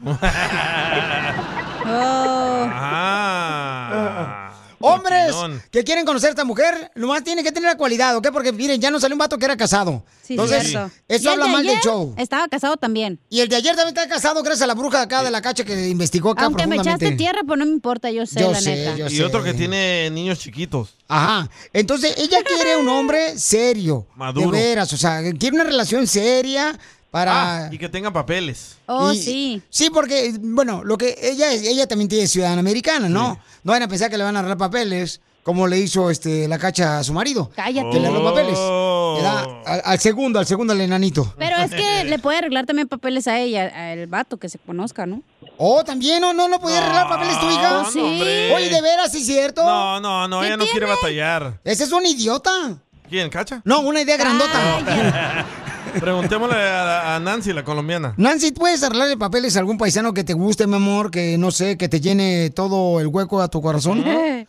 Ah. Ah. Hombres Cochinón. que quieren conocer a esta mujer, nomás tienen que tener la cualidad, ¿ok? Porque miren, ya no salió un vato que era casado. Sí, Entonces, cierto. Y eso el habla de mal del ayer show. Estaba casado también. Y el de ayer también está casado gracias a la bruja de acá de la cacha que investigó acá Aunque me echaste profundamente. tierra, pues no me importa, yo sé, Ah, la neta. y otro que tiene niños chiquitos. Ajá. Entonces, (laughs) ella quiere un hombre serio. Maduro. De veras, o sea, quiere una relación seria para... Ah, y que tengan papeles. Oh, Y- Sí, porque, bueno, lo que ella es, ella también tiene ciudadana americana, ¿no? No van a pensar que le van a arreglar papeles, como le hizo este la cacha a su marido. Cállate. Que le arregló papeles. Oh. Le da al, al segundo, al segundo al enanito. Pero es que le puede arreglar también papeles a ella, al vato que se conozca, ¿no? Oh, también, no, no, no podía arreglar papeles tu hija. no, Sí. hombre. Oye, de veras, sí es cierto. Ah, No, no, no, ella no quiere batallar. Ese es un idiota. ¿Quién, Cacha? No, una idea grandota. (laughs) Preguntémosle a, a Nancy, la colombiana. Nancy, ¿puedes arreglarle papeles a algún paisano que te guste, mi amor? Que no sé, que te llene todo el hueco a tu corazón. (laughs)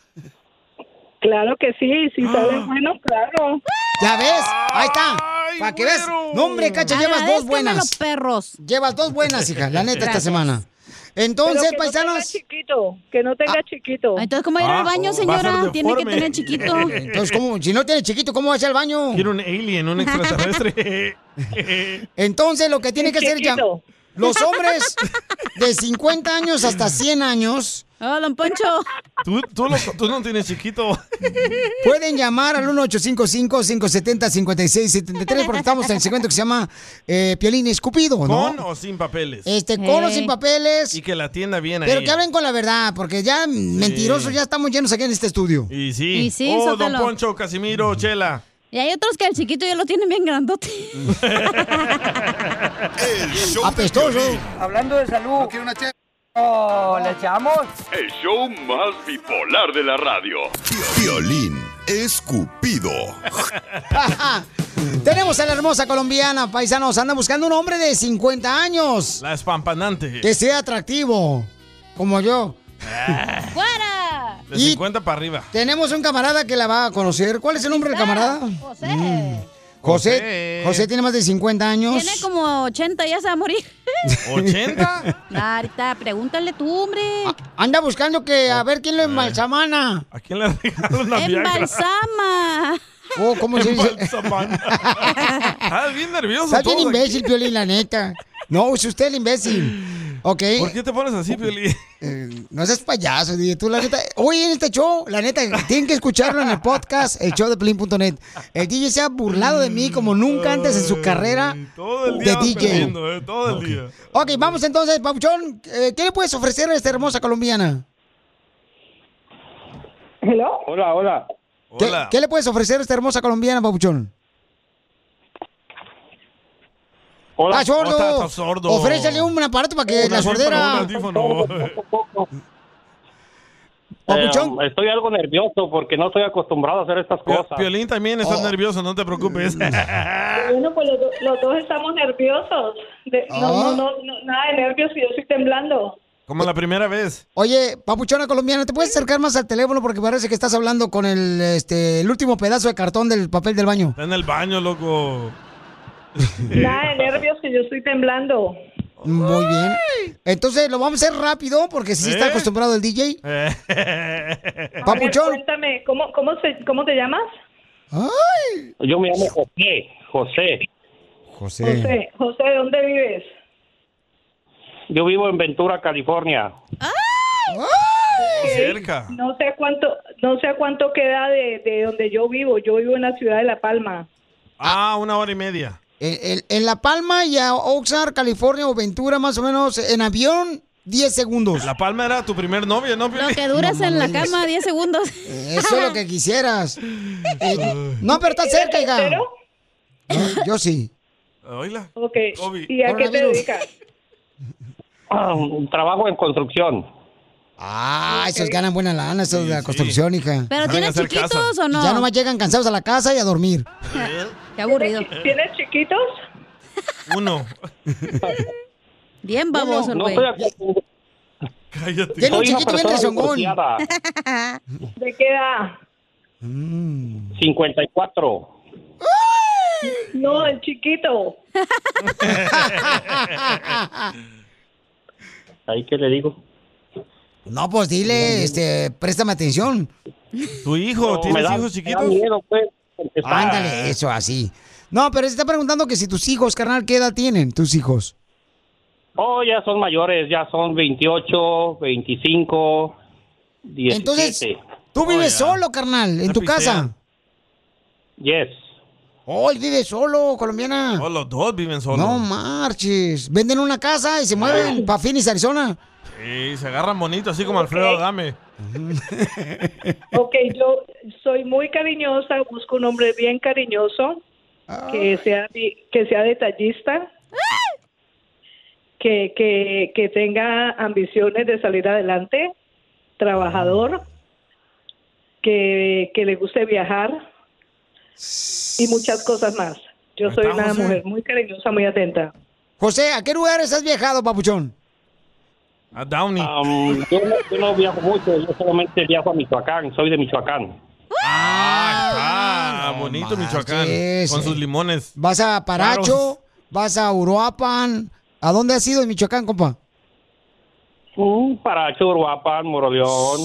Claro que sí, si sale bueno, claro. Ah. ¿Ya ves? Ahí está. Para que veas. No, hombre, cacha, llevas dos buenas. perros. Llevas dos buenas, hija, la neta, esta Gracias. semana. Pero Entonces, que no paisanos. Ah. tenga chiquito, que no tenga chiquito. Ah, Entonces, ¿cómo Ah, ir al baño, señora? Tiene que tener chiquito. (laughs) Entonces, ¿cómo? Si no tiene chiquito, ¿cómo va a ir al baño? Quiere un alien, un extraterrestre. (laughs) Entonces, lo que tiene que hacer ya. Chiquito. Los (laughs) hombres de 50 años hasta 100 años. ¡Hola, Oh, don Poncho! (laughs) tú, tú, lo- tú no tienes chiquito. Pueden llamar al 1855-570-5673 porque estamos en el segmento que se llama eh, Piolín Escupido, ¿no? ¿Con o sin papeles? Este, con o sin papeles. Y que la atienda bien a Pero que ella. hablen con la verdad, porque ya mentirosos ya estamos llenos aquí en este (laughs) estudio. (laughs) Y sí. Y sí, oh, Sotelo. don Poncho, Casimiro, Chela. Y hay otros que el chiquito ya lo tienen bien (laughs) grandote. Apestoso. Hablando de salud. ¿No una Oh, ¿le echamos? El show más bipolar de la radio. Piolín Escupido. Tenemos a la hermosa colombiana, paisanos. Anda buscando un hombre de 50 años La espampanante. que sea atractivo, como yo. Ah, ¡Fuera! De Y- 50 para arriba. Tenemos un camarada que la va a conocer. ¿Cuál es el nombre del camarada? Mm. José, José tiene más de 50 años. Tiene como 80, ya se va a morir. (laughs) ¿80? Ah, Ahorita pregúntale tú, hombre. Anda buscando que a ver quién lo embalsamana. ¿A quién le regalo una viagra? Embalsama. (laughs) Oh, ¿cómo se dice? (laughs) Estás Ah, bien nervioso Está bien todo aquí. imbécil, Piolín, la neta. No, es usted el imbécil. Ok. ¿Por qué te pones así, Piolín? Eh, no seas payaso, DJ. Tú, la neta. Oye, en este show, la neta, tienen que escucharlo en el podcast, el show de Piolín.net. El DJ se ha burlado de mí como nunca antes en su carrera Todo el de día vas DJ. perdiendo, eh, todo el día. Ok, vamos entonces, Papuchón. eh, ¿Qué le puedes ofrecer a esta hermosa colombiana? Hola, hola. ¿Qué, qué le puedes ofrecer a esta hermosa colombiana, Papuchón? Hola. ¡Ah, sordo! Oh, está- está sordo. Ofrécele un aparato para que Un la audífono, sordera. Eh, estoy algo nervioso porque no estoy acostumbrado a hacer estas cosas. Oh. Piolín también está nervioso, no (laughs) te preocupes. (laughs) Bueno, pues los, do- los dos estamos nerviosos. De- Ah. no, no, no, no, nada de nervios, yo estoy temblando. Como la primera vez. Oye, papuchona colombiana, ¿te puedes acercar más al teléfono? Porque parece que estás hablando con el, este, el último pedazo de cartón del papel del baño. Está en el baño, (laughs) loco. Nada de nervios, que yo estoy temblando. Muy bien. Entonces, lo vamos a hacer rápido porque sí está ¿Eh? acostumbrado el DJ. A ver, Papuchón. cuéntame, ¿cómo, cómo, se- ¿cómo te llamas? Ay. Yo me llamo José. José. José, José, ¿dónde vives? Yo vivo en Ventura, California. (clears throat) Ok. No sé a cuánto, no sé a cuánto queda de, de donde yo vivo. Yo vivo en la ciudad de La Palma. Ah, una hora y media. En, en- en La Palma y a Oxnard, California o Ventura, más o menos, en avión, 10 segundos. La Palma era tu primer novio, ¿no, Piolín? Lo que duras en la cama 10 segundos. Eso es lo que quisieras. Eh, no, pero está cerca, hija. No, yo sí. Oíla. Ok. Kobe. ¿Y a qué te Coronavirus. dedicas? Ah, un trabajo en construcción. Ah, esos ganan buena lana, esos de la construcción, hija. ¿Pero Saben tienes hacer chiquitos casa. o no? Ya nomás llegan cansados a la casa y a dormir. Qué aburrido. ¿Tienes chiquitos? Uno. Bien baboso, el no güey. estoy acostumbrado. Cállate. Tiene un chiquito bien rezongón. (laughs) ¿De qué edad? 54. No, el chiquito. Ahí que le digo. No, pues dile, este, préstame atención. Tu hijo, No, ¿tienes me da- hijos me da chiquitos? miedo, Está- Ándale, eso así. No, pero se está preguntando que si tus hijos, carnal, ¿qué edad tienen tus hijos? Oh, ya son mayores, ya son 28, 25, 17. Entonces, Oh, Tú vives solo, carnal, en tu casa. Yes. Oh, él vive solo, colombiana. Oh, los dos viven solos. No marches. Venden una casa y se mueven para Phoenix, Arizona. Sí, se agarran bonito, así como Alfredo Adame. Mm. Ok, yo soy muy cariñosa, busco un hombre bien cariñoso, que sea di- que sea detallista, que, que, que tenga ambiciones de salir adelante, trabajador, que, que le guste viajar y muchas cosas más. Yo soy una mujer muy cariñosa, muy atenta. José, Eh, ¿a qué lugares has viajado, papuchón? A Downey. yo, no, yo no viajo mucho, yo solamente viajo a Michoacán, soy de Michoacán. Ah, bonito Michoacán. Con sus limones. ¿Vas a Paracho? ¿Vas a Uruapan? ¿A dónde has ido en Michoacán, compa? Mm, para Churuapan, Moroleón,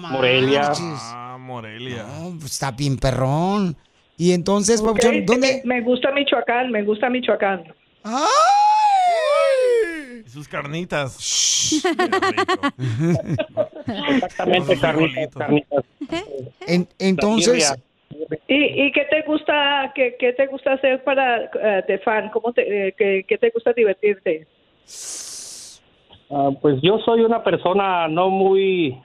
Morelia. Ah, Morelia. pues, Está bien perrón. Y entonces, papuchón, ¿dónde? Ah. Me gusta Michoacán, me gusta Michoacán. Y sus carnitas. Exactamente, carnitas, carnitas. entonces- ¿Y, y qué te gusta qué, qué te gusta hacer para eh, de fan? ¿Cómo te, eh, qué, qué te gusta divertirte? Ah, pues yo soy una persona no muy...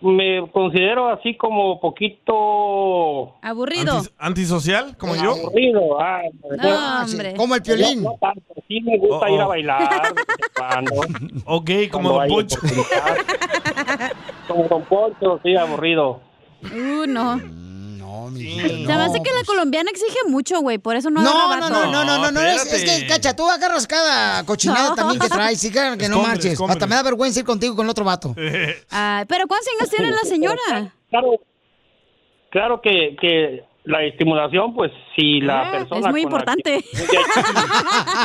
Me considero así como poquito... Aburrido. ¿Antisocial? ¿Como yo? Aburrido, ah, No, hombre. Como el Piolín. No, no tanto, sí me gusta Oh, oh. ir a bailar. (laughs) O gay como Don Poncho. como Don Poncho, (laughs) sí, aburrido. Uh, no. Mm, No, Se me hace que la colombiana exige mucho, güey. Por eso no No, agarra no, vato. no, no, no, no, no, es, es que, cacha, tú agarras cada cochinada No. también que traes, sí, que (laughs) que no Escóndele, marches. escóndele. Hasta me da vergüenza ir contigo con el otro vato. Ah, Ay, pero ¿cuántos años tiene la señora? Claro, claro que, que la estimulación, pues si la persona... Ah, es muy con la importante. que- (laughs)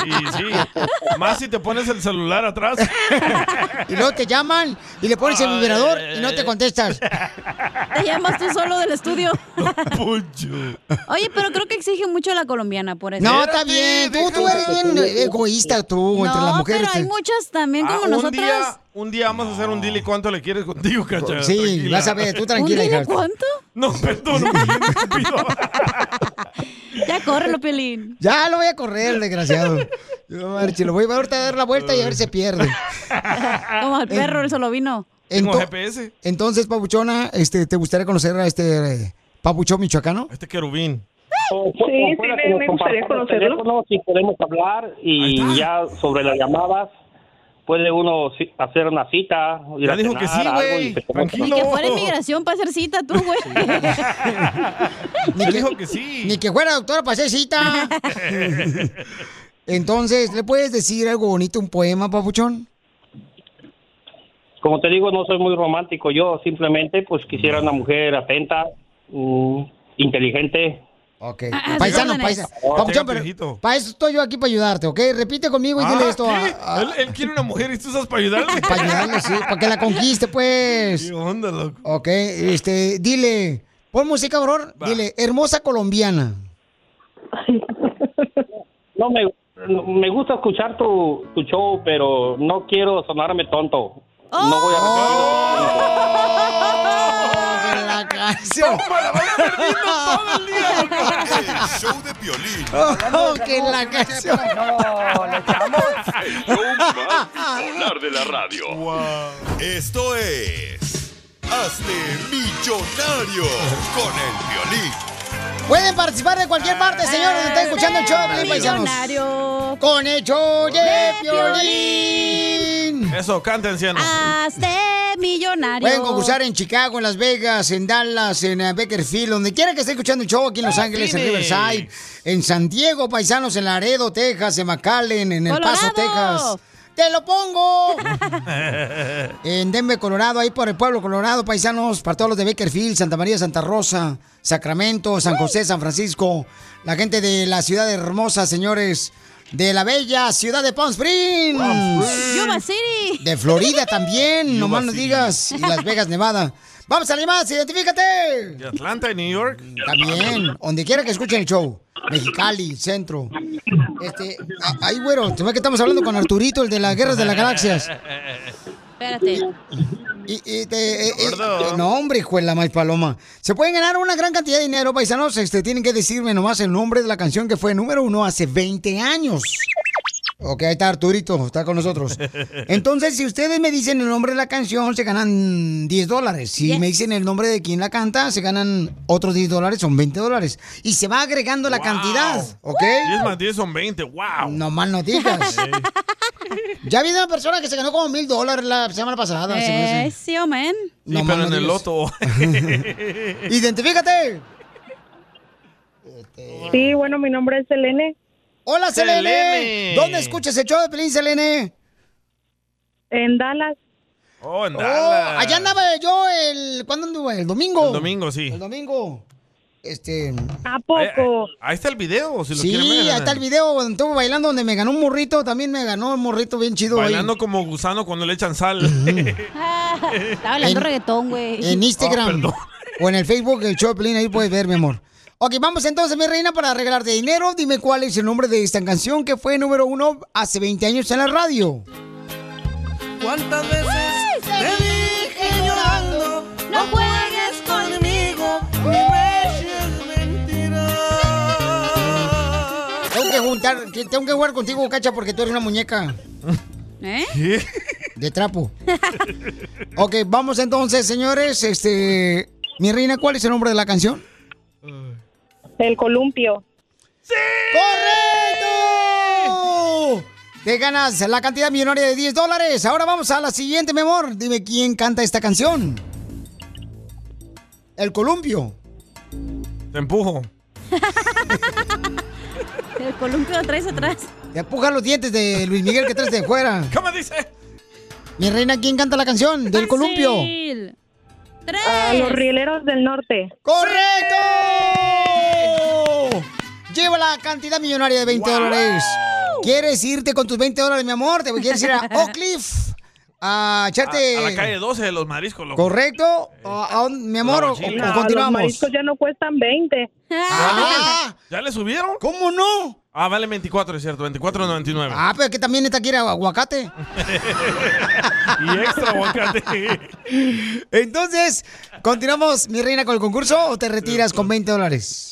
Y sí, (laughs) más si te pones el celular atrás. Y luego te llaman y le pones el vibrador y no te contestas. Te llamas tú solo del (laughs) estudio. Oye, pero creo que exige mucho la colombiana por eso. No, está bien. Tú, tú eres bien egoísta, tú, entre No, las mujeres. eh. pero hay muchas también Ah, como un, nosotras. día, un día vamos a hacer un dile cuánto le quieres contigo, cacha. Sí, vas a ver, tú tranquila, ¿Un dile hija. cuánto? No, perdón. Ya córrelo, (laughs) Pelín. Ya lo voy a correr, desgraciado. No marches, (laughs) lo voy a llevar ahorita a dar la vuelta y a ver si se (laughs) pierde. Como el perro, el solo vino. Ento- Entonces, Pabuchona, este, ¿te gustaría conocer a este eh, Pabuchón michoacano? Este querubín. sí, me, gustaría conocerlo. si podemos hablar y ya sobre las llamadas puede uno ci- hacer una cita. Ir Ya a dijo que cenar, sí, algo, güey. y se toma- Ni que fuera inmigración para hacer cita, tú, güey. Ni que, dijo que sí. Ni que fuera pues, doctora para (laughs) hacer cita. (laughs) Entonces, ¿le puedes decir algo bonito, un poema, Pabuchón? Como te digo, no soy muy romántico. Yo simplemente pues quisiera una mujer atenta, mm, inteligente. Ok. Paisano, paisano. Pabuchón, pero para eso estoy yo aquí para ayudarte, ¿ok? Repite conmigo y Ah, dile esto ¿qué? a- a- Él, él quiere una mujer y tú estás para ayudarle. Para ayudarle, sí, para que la conquiste, pues. (laughs) ¿Qué onda, loco? Ok, este, dile, pon música, por favor, dile, hermosa colombiana. No me, me gusta escuchar tu, tu show, pero no quiero sonarme tonto. No voy a... ¡Canción! El show de Piolín. (laughs) Oh, que la canción. El show más bipolar de la radio. Esto es. Hazte millonario con el violín. Pueden participar de cualquier parte, señores, que están escuchando el show de Piolín, paisanos. Con el show de Piolín. Eso, canta, anciano. Hazte millonario. Pueden concursar en Chicago, en Las Vegas, en Dallas, en eh, Bakersfield, donde quiera que esté escuchando el show, aquí en Los Ángeles, en Phoenix. Riverside, en San Diego, paisanos, en Laredo, Texas, en McAllen, en El Paso, ¡Colorado! Texas. ¡Te lo (laughs) pongo! En Denver, Colorado, ahí por el pueblo Colorado, paisanos, para todos los de Bakerfield, Santa María, Santa Rosa, Sacramento, San José, San Francisco, la gente de la ciudad hermosa, señores, de la bella ciudad de Palm Springs. Yuba City. (laughs) De Florida también, nomás nos City. digas, y Las Vegas, Nevada. Vamos a más, identifícate. De Atlanta y New York. También, donde quiera que escuchen el show. Mexicali, centro. Este, a- ahí, güero, te ve que estamos hablando con Arturito, el de las guerras de las galaxias. (laughs) Espérate. Y, y te- eh, eh, no, hombre, hijo de la más paloma. Se pueden ganar una gran cantidad de dinero, paisanos. Este, tienen que decirme nomás el nombre de la canción que fue número uno hace 20 años. Ok, ahí está Arturito, está (laughs) con nosotros. Entonces, si ustedes me dicen el nombre de la canción, se ganan 10 dólares. Si me dicen el nombre de quien la canta, se ganan otros 10 dólares, son 20 dólares. Y se va agregando la cantidad, Oh, ¿ok? 10 más 10 son 20. ¡Wow! No mal no digas. Ya vi de una persona que se ganó como mil dólares la semana pasada. se me hace. Eh, sí, omen. Sí, No, pero mano, en el digas. loto. (laughs) Identifícate. Este. Sí, bueno, mi nombre es Selene. Hola, Selene. Selene. ¿Dónde escuchas el show de Pelín, Selene? En Dallas. (laughs) Oh, en Oh, Dallas. allá andaba yo el... ¿Cuándo anduve? ¿El domingo? El domingo, sí. El domingo. Este... ¿A Ahí- Ahí, ahí está el video, Eh, si lo sí, quieren ver. eh. ahí está el video donde estuve bailando, donde me ganó un morrito. También me ganó un morrito bien chido ahí. Bailando como gusano cuando le echan sal. (laughs) Estaba hablando En- reggaetón, güey. En Oh, Instagram. o en el Facebook, el show de Pelín, ahí puedes ver, mi amor. Ok, vamos entonces, mi reina, para regalarte dinero. Dime cuál es el nombre de esta canción que fue número uno hace 20 años en la radio. ¿Cuántas veces te dije llorando? No juegues conmigo, ni me eches mentiras. Tengo que juntar, que tengo que jugar contigo, Cacha, porque tú eres una muñeca. ¿Eh? De trapo. ok, vamos entonces, señores. Este, mi reina, ¿cuál es el nombre de la canción? El columpio. ¡Correcto! Te ganas la cantidad millonaria de 10 dólares. Ahora vamos a la siguiente, mi amor. Dime quién canta esta canción. El columpio. Te empujo. (laughs) El columpio lo traes atrás. Te empuja los dientes de Luis Miguel que traes de (laughs) fuera. ¿Cómo dice? Mi reina, ¿quién canta la canción? Del columpio. A los rieleros del norte. ¡Correcto! ¡Oh! lleva la cantidad millonaria de 20 dólares. ¿Quieres irte con tus 20 dólares, mi amor? ¿Te quieres ir (laughs) a Oak Cliff? A echarte. (laughs) A, a la calle 12 de los mariscos, loco. ¿Correcto? ¿O a dónde, mi amor, La o, mochila. o No, Eh, continuamos. los mariscos ya no cuestan 20. Ah, ¿Ya le subieron? ¿Cómo no? Ah, vale 24, es cierto, 24.99. Ah, pero es que también esta quiere aguacate. y extra aguacate. (laughs) Entonces, ¿continuamos, mi reina, con el concurso o te retiras con 20 dólares?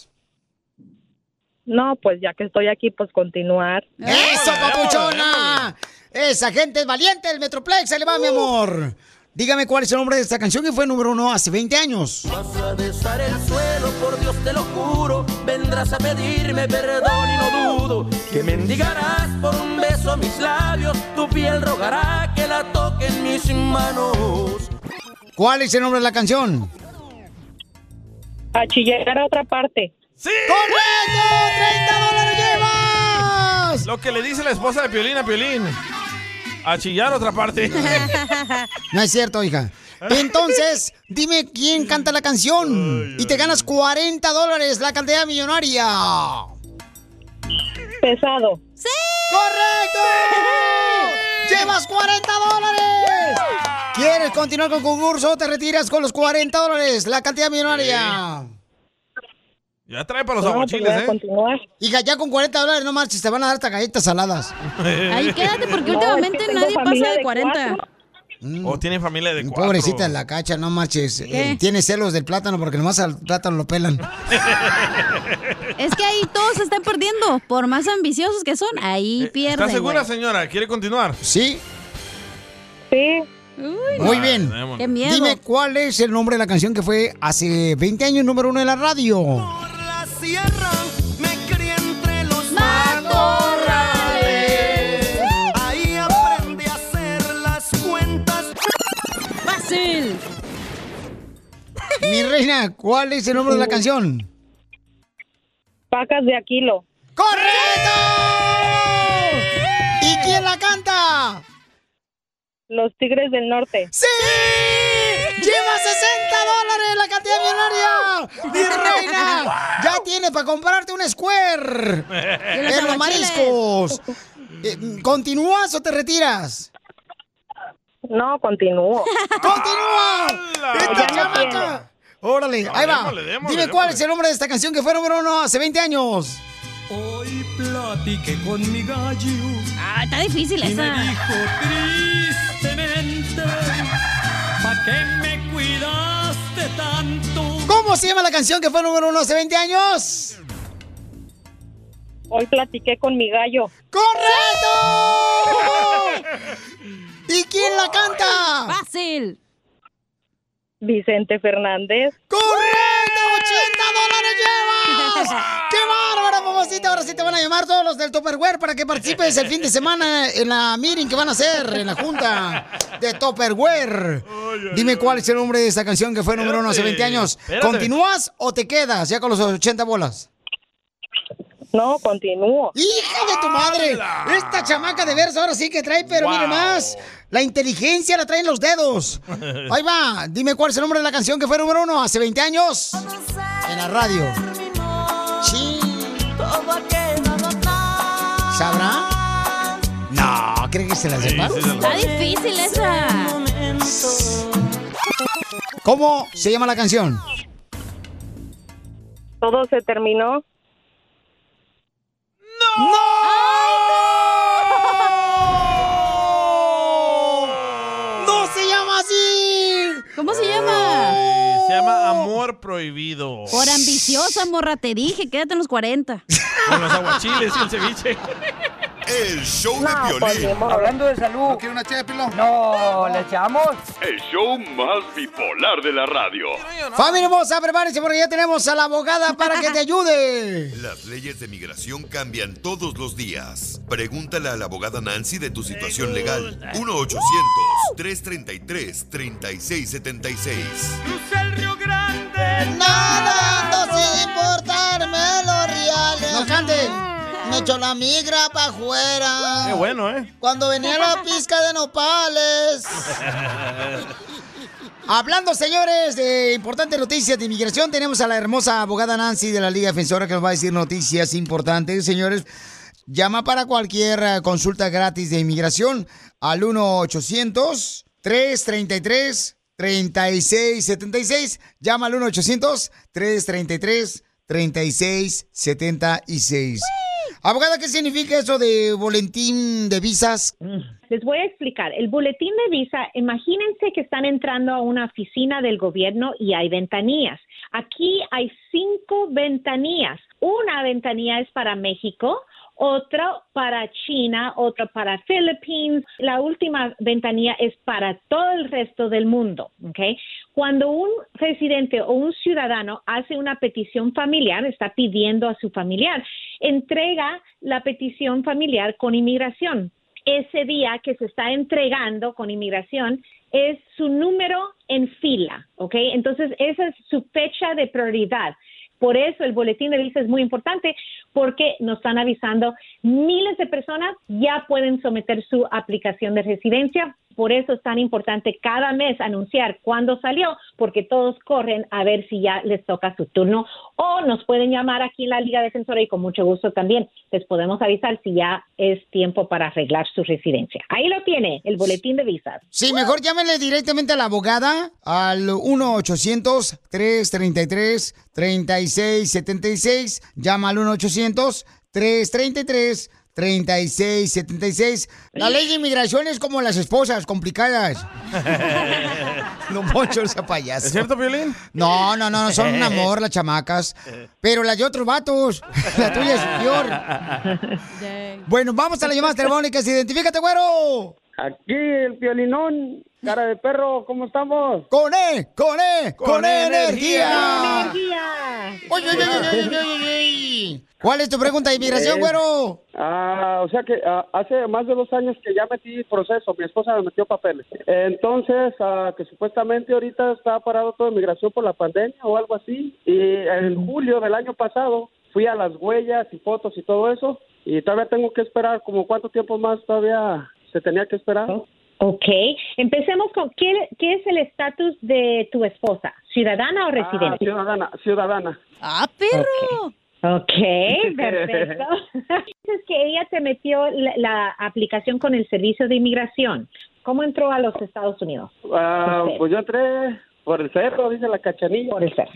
No, pues ya que estoy aquí, pues continuar. ¡Eso, papuchona! Esa gente es valiente del Metroplex, se le va, mi amor. Dígame cuál es el nombre de esta canción que fue número uno hace 20 años. Vas a besar el suelo, por Dios te lo juro. Vendrás a pedirme perdón y no dudo que mendigarás por un beso mis labios. Tu piel rogará que la toquen mis manos. ¿Cuál es el nombre de la canción? A chillear a otra parte. ¡Sí! ¡Correcto! ¡30 dólares llevas! Lo que le dice la esposa de Piolín a Piolín. A chillar (laughs) otra parte. (laughs) No es cierto, hija. Entonces, dime quién canta la canción y te ganas 40 dólares, la cantidad millonaria. Pesado. ¡Sí! ¡Correcto! ¡Llevas 40 dólares! ¿Quieres continuar con el concurso o te retiras con los 40 dólares, la cantidad millonaria? Ya trae para los pues aguachiles, ¿eh? Hija, ya con 40 dólares no marches, te van a dar hasta galletas saladas. Ahí quédate porque últimamente nadie pasa de 40. Mm. O tiene familia de cuatro. Pobrecita la cacha, no marches. ¿Qué? Eh, Tiene celos del plátano porque nomás al plátano lo pelan. Es que ahí todos se están perdiendo. Por más ambiciosos que son, ahí pierden. ¿Está segura, güey. señora? ¿Quiere continuar? Sí. Sí. Uy, Muy no. bien. Qué miedo. Dime cuál es el nombre de la canción que fue hace 20 años número uno de (laughs) la radio. La sierra me crié entre los matorrales. Ahí aprendí a hacer las cuentas. ¡Fácil! Mi reina, ¿cuál es el nombre de la canción? Pacas de Aquilo. ¡Correcto! ¿Y quién la canta? Los Tigres del Norte. ¡Sí! ¡Lleva 60 dólares la (laughs) cantidad millonaria! ¡Mi reina! Ya tiene para comprarte un (laughs) square en Eh, los mariscos. Eh, ¿Continúas o te retiras? No, continúo. (laughs) ¡Continúa! ¡Esta Ya no chamaca! Órale, ahí va. démosle, démosle, Dime cuál es el nombre de esta canción que fue número uno hace 20 años. Hoy platiqué con mi gallo. Ah, está difícil y esa. me dijo tristemente, ¿pa' qué me cuidaste tanto? ¿Cómo se llama la canción que fue número uno hace 20 años? Hoy platiqué con mi gallo. (laughs) ¡Correcto! ¿Y quién la canta? ¡Fácil! Vicente Fernández. ¡Correcto! ¡80 (laughs) dólares llevas! ¡Qué bárbara, mamacita! Ahora sí te van a llamar todos los del Topperware para que participes el fin de semana en la meeting que van a hacer en la junta de Topperware. Dime cuál es el nombre de esta canción que fue número uno hace 20 años. Espérate. ¿Continúas o te quedas ya con los 80 bolas? No, continúo. ¡Hija de tu madre! Esta chamaca de verso ahora sí que trae, pero mire más. La inteligencia la traen (laughs) los dedos. Ahí va. Dime cuál es el nombre de la canción que fue número uno hace 20 años en la radio. Sí. ¿Sabrá? No, ¿cree que se la sepa? Está difícil esa. ¿Cómo se llama la canción? Todo se terminó. ¡No se llama así! ¿Cómo (laughs) se llama? Eh, Se llama Amor Prohibido. Por ambiciosa, morra, te dije, quédate en los 40. Con los aguachiles y el ceviche. El show de Piolín. Hablando de salud. ¿No quiere una No, ¿le echamos? El show más bipolar de la radio. Familia hermosa, prepárense porque ya tenemos a la abogada para que te ayude. Las leyes de migración cambian todos los días. Pregúntale a la abogada Nancy de tu situación legal. 1-800-333-3676. Nada, no sin importarme los reales. No cante. Me echó la migra pa' afuera. Qué bueno, ¿eh? Cuando venía la pizca de nopales. Hablando, señores, de importantes noticias de inmigración, tenemos a la hermosa abogada Nancy de la Liga Defensora que nos va a decir noticias importantes, señores. Llama para cualquier eh, consulta gratis de inmigración al 1-800-333-3676. Llama al 1-800-333-3676. Abogada, ¿qué significa eso de boletín de visas? Les voy a explicar. El boletín de visa, imagínense que están entrando a una oficina del gobierno y hay ventanillas. Aquí hay cinco ventanillas. Una ventanilla es para México, otra para China, otra para Filipinas. La última ventanilla es para todo el resto del mundo. ¿ok? Cuando un residente o un ciudadano hace una petición familiar, está pidiendo a su familiar, entrega la petición familiar con inmigración. Ese día que se está entregando con inmigración es su número en fila, ¿ok? Entonces esa es su fecha de prioridad. Por eso el boletín de visa es muy importante porque nos están avisando miles de personas ya pueden someter su aplicación de residencia. Por eso es tan importante cada mes anunciar cuándo salió porque todos corren a ver si ya les toca su turno o nos pueden llamar aquí en la Liga Defensora y con mucho gusto también les podemos avisar si ya es tiempo para arreglar su residencia. Ahí lo tiene, el boletín de visas. Sí, mejor llámenle directamente a la abogada al 1-800-333-3676. Llama al 1-800-333. 3676. La ley de inmigración es como las esposas complicadas. No Poncho ese payaso. ¿Es cierto, Violín? No, no, no, no, son un amor las chamacas. Pero las de otros vatos. (laughs) La tuya es peor. Bueno, vamos a las llamadas telefónicas. Identifícate, güero. Aquí el piolinón, cara de perro, ¿cómo estamos? ¡Con E! ¡Con E! ¡Con, E energía! Oye, oye, oye, oye, ¿Cuál es tu pregunta de inmigración, güero? Ah, o sea que ah, hace más de dos años que ya metí proceso, mi esposa me metió papeles. Entonces, ah, que supuestamente ahorita está parado toda inmigración por la pandemia o algo así. Y en julio del año pasado fui a las huellas y fotos y todo eso. Y todavía tengo que esperar como cuánto tiempo más todavía se tenía que esperar. Ok, empecemos con ¿qué, qué es el estatus de tu esposa? ¿Ciudadana o residente? Ah, ciudadana, ciudadana. Ah, perro. Ok, (laughs) perfecto. Dices que ella te metió la, la aplicación con el servicio de inmigración. ¿Cómo entró a los Estados Unidos? Ah, pues yo entré por el cerro, dice la cachanilla. Por (laughs) el cerro.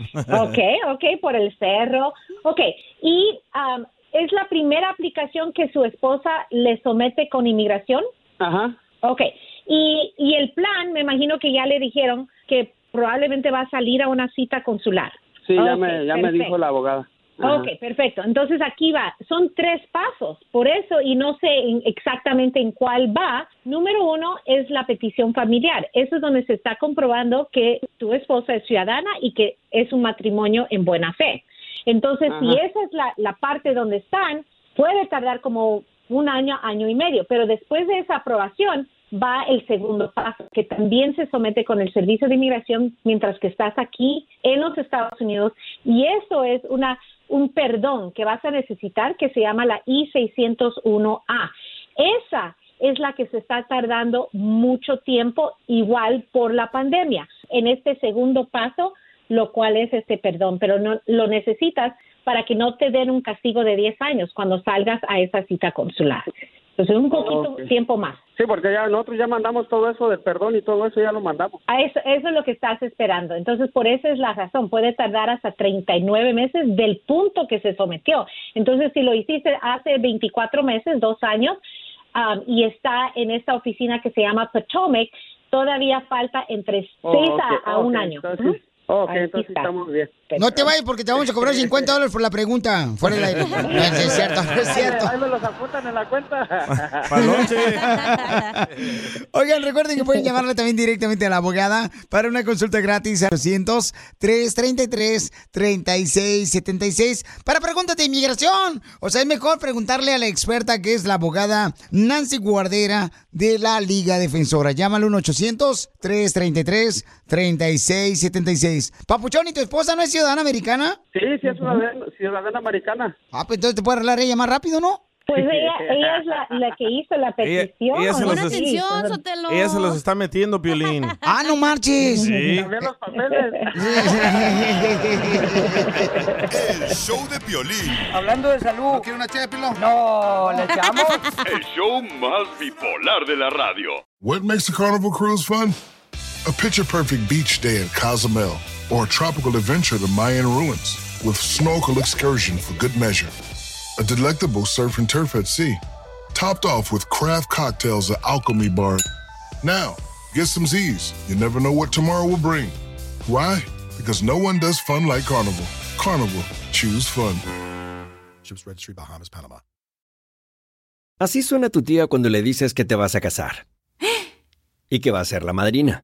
Ok, ok, por el cerro. Ok, y am, es la primera aplicación que su esposa le somete con inmigración. Ajá. Ok, y, y el plan, me imagino que ya le dijeron que probablemente va a salir a una cita consular. Sí, ya Ok, me, ya me perfecto. dijo la abogada. Ajá. Ok, perfecto. Entonces aquí va. Son tres pasos. Por eso, y no sé en- exactamente en cuál va. Número uno es la petición familiar. Eso es donde se está comprobando que tu esposa es ciudadana y que es un matrimonio en buena fe. Entonces, si Ajá. esa es la, la parte donde están, puede tardar como un año, año y medio, pero después de esa aprobación va el segundo paso, que también se somete con el Servicio de Inmigración mientras que estás aquí en los Estados Unidos. Y eso es una, un perdón que vas a necesitar que se llama la I-601A. Esa es la que se está tardando mucho tiempo, igual por la pandemia. En este segundo paso, lo cual es este perdón, pero no lo necesitas para que no te den un castigo de 10 años cuando salgas a esa cita consular. Entonces, un poquito Ah, Ok. tiempo más. Sí, porque ya nosotros ya mandamos todo eso del perdón y todo eso ya lo mandamos. A eso, eso es lo que estás esperando. Entonces, por esa es la razón. Puede tardar hasta 39 meses del punto que se sometió. Entonces, si lo hiciste hace 24 meses, dos años, um, y está en esta oficina que se llama Potomac, todavía falta entre 6 Oh, ok, a, a un ok, año. entonces- Ujú. Ok, Ahí entonces está. estamos bien. No te vayas porque te vamos a cobrar 50 dólares por la pregunta. (laughs) Fuera del (laughs) aire. No, no es cierto, no es cierto. Ahí me los apuntan en la cuenta. Oigan, recuerden que pueden llamarle también directamente a la abogada para una consulta gratis a 200 333 3676 para preguntas de inmigración. O sea, es mejor preguntarle a la experta que es la abogada Nancy Guardera de la Liga Defensora. Llámalo 1 800 333 3676. Papuchón, ¿y tu esposa no es ciudadana americana? Sí, sí, es ciudadana, ciudadana americana. Ah, pues entonces te puede arreglar ella más rápido, ¿no? Pues ella, ella es la, la que hizo la Ella, petición. ella se los es- ella se los está... está metiendo, Piolín. ¡Ah, no marches! Sí. El show de Piolín. Hablando de salud. ¿No quiere una ché No, ¿le echamos? El show más bipolar de la radio. What makes a carnival cruise fun? A picture perfect beach day in Cozumel or a tropical adventure to Mayan ruins with snorkel excursion for good measure. A delectable surf and turf at sea, topped off with craft cocktails at Alchemy Bar. Now, get some Z's. You never know what tomorrow will bring. Why? Because no one does fun like Carnival. Carnival, choose fun. Ships Registry, Bahamas, Panama. (laughs) Así suena tu tía cuando le dices que te vas (gasps) a casar. Y que va a ser la madrina.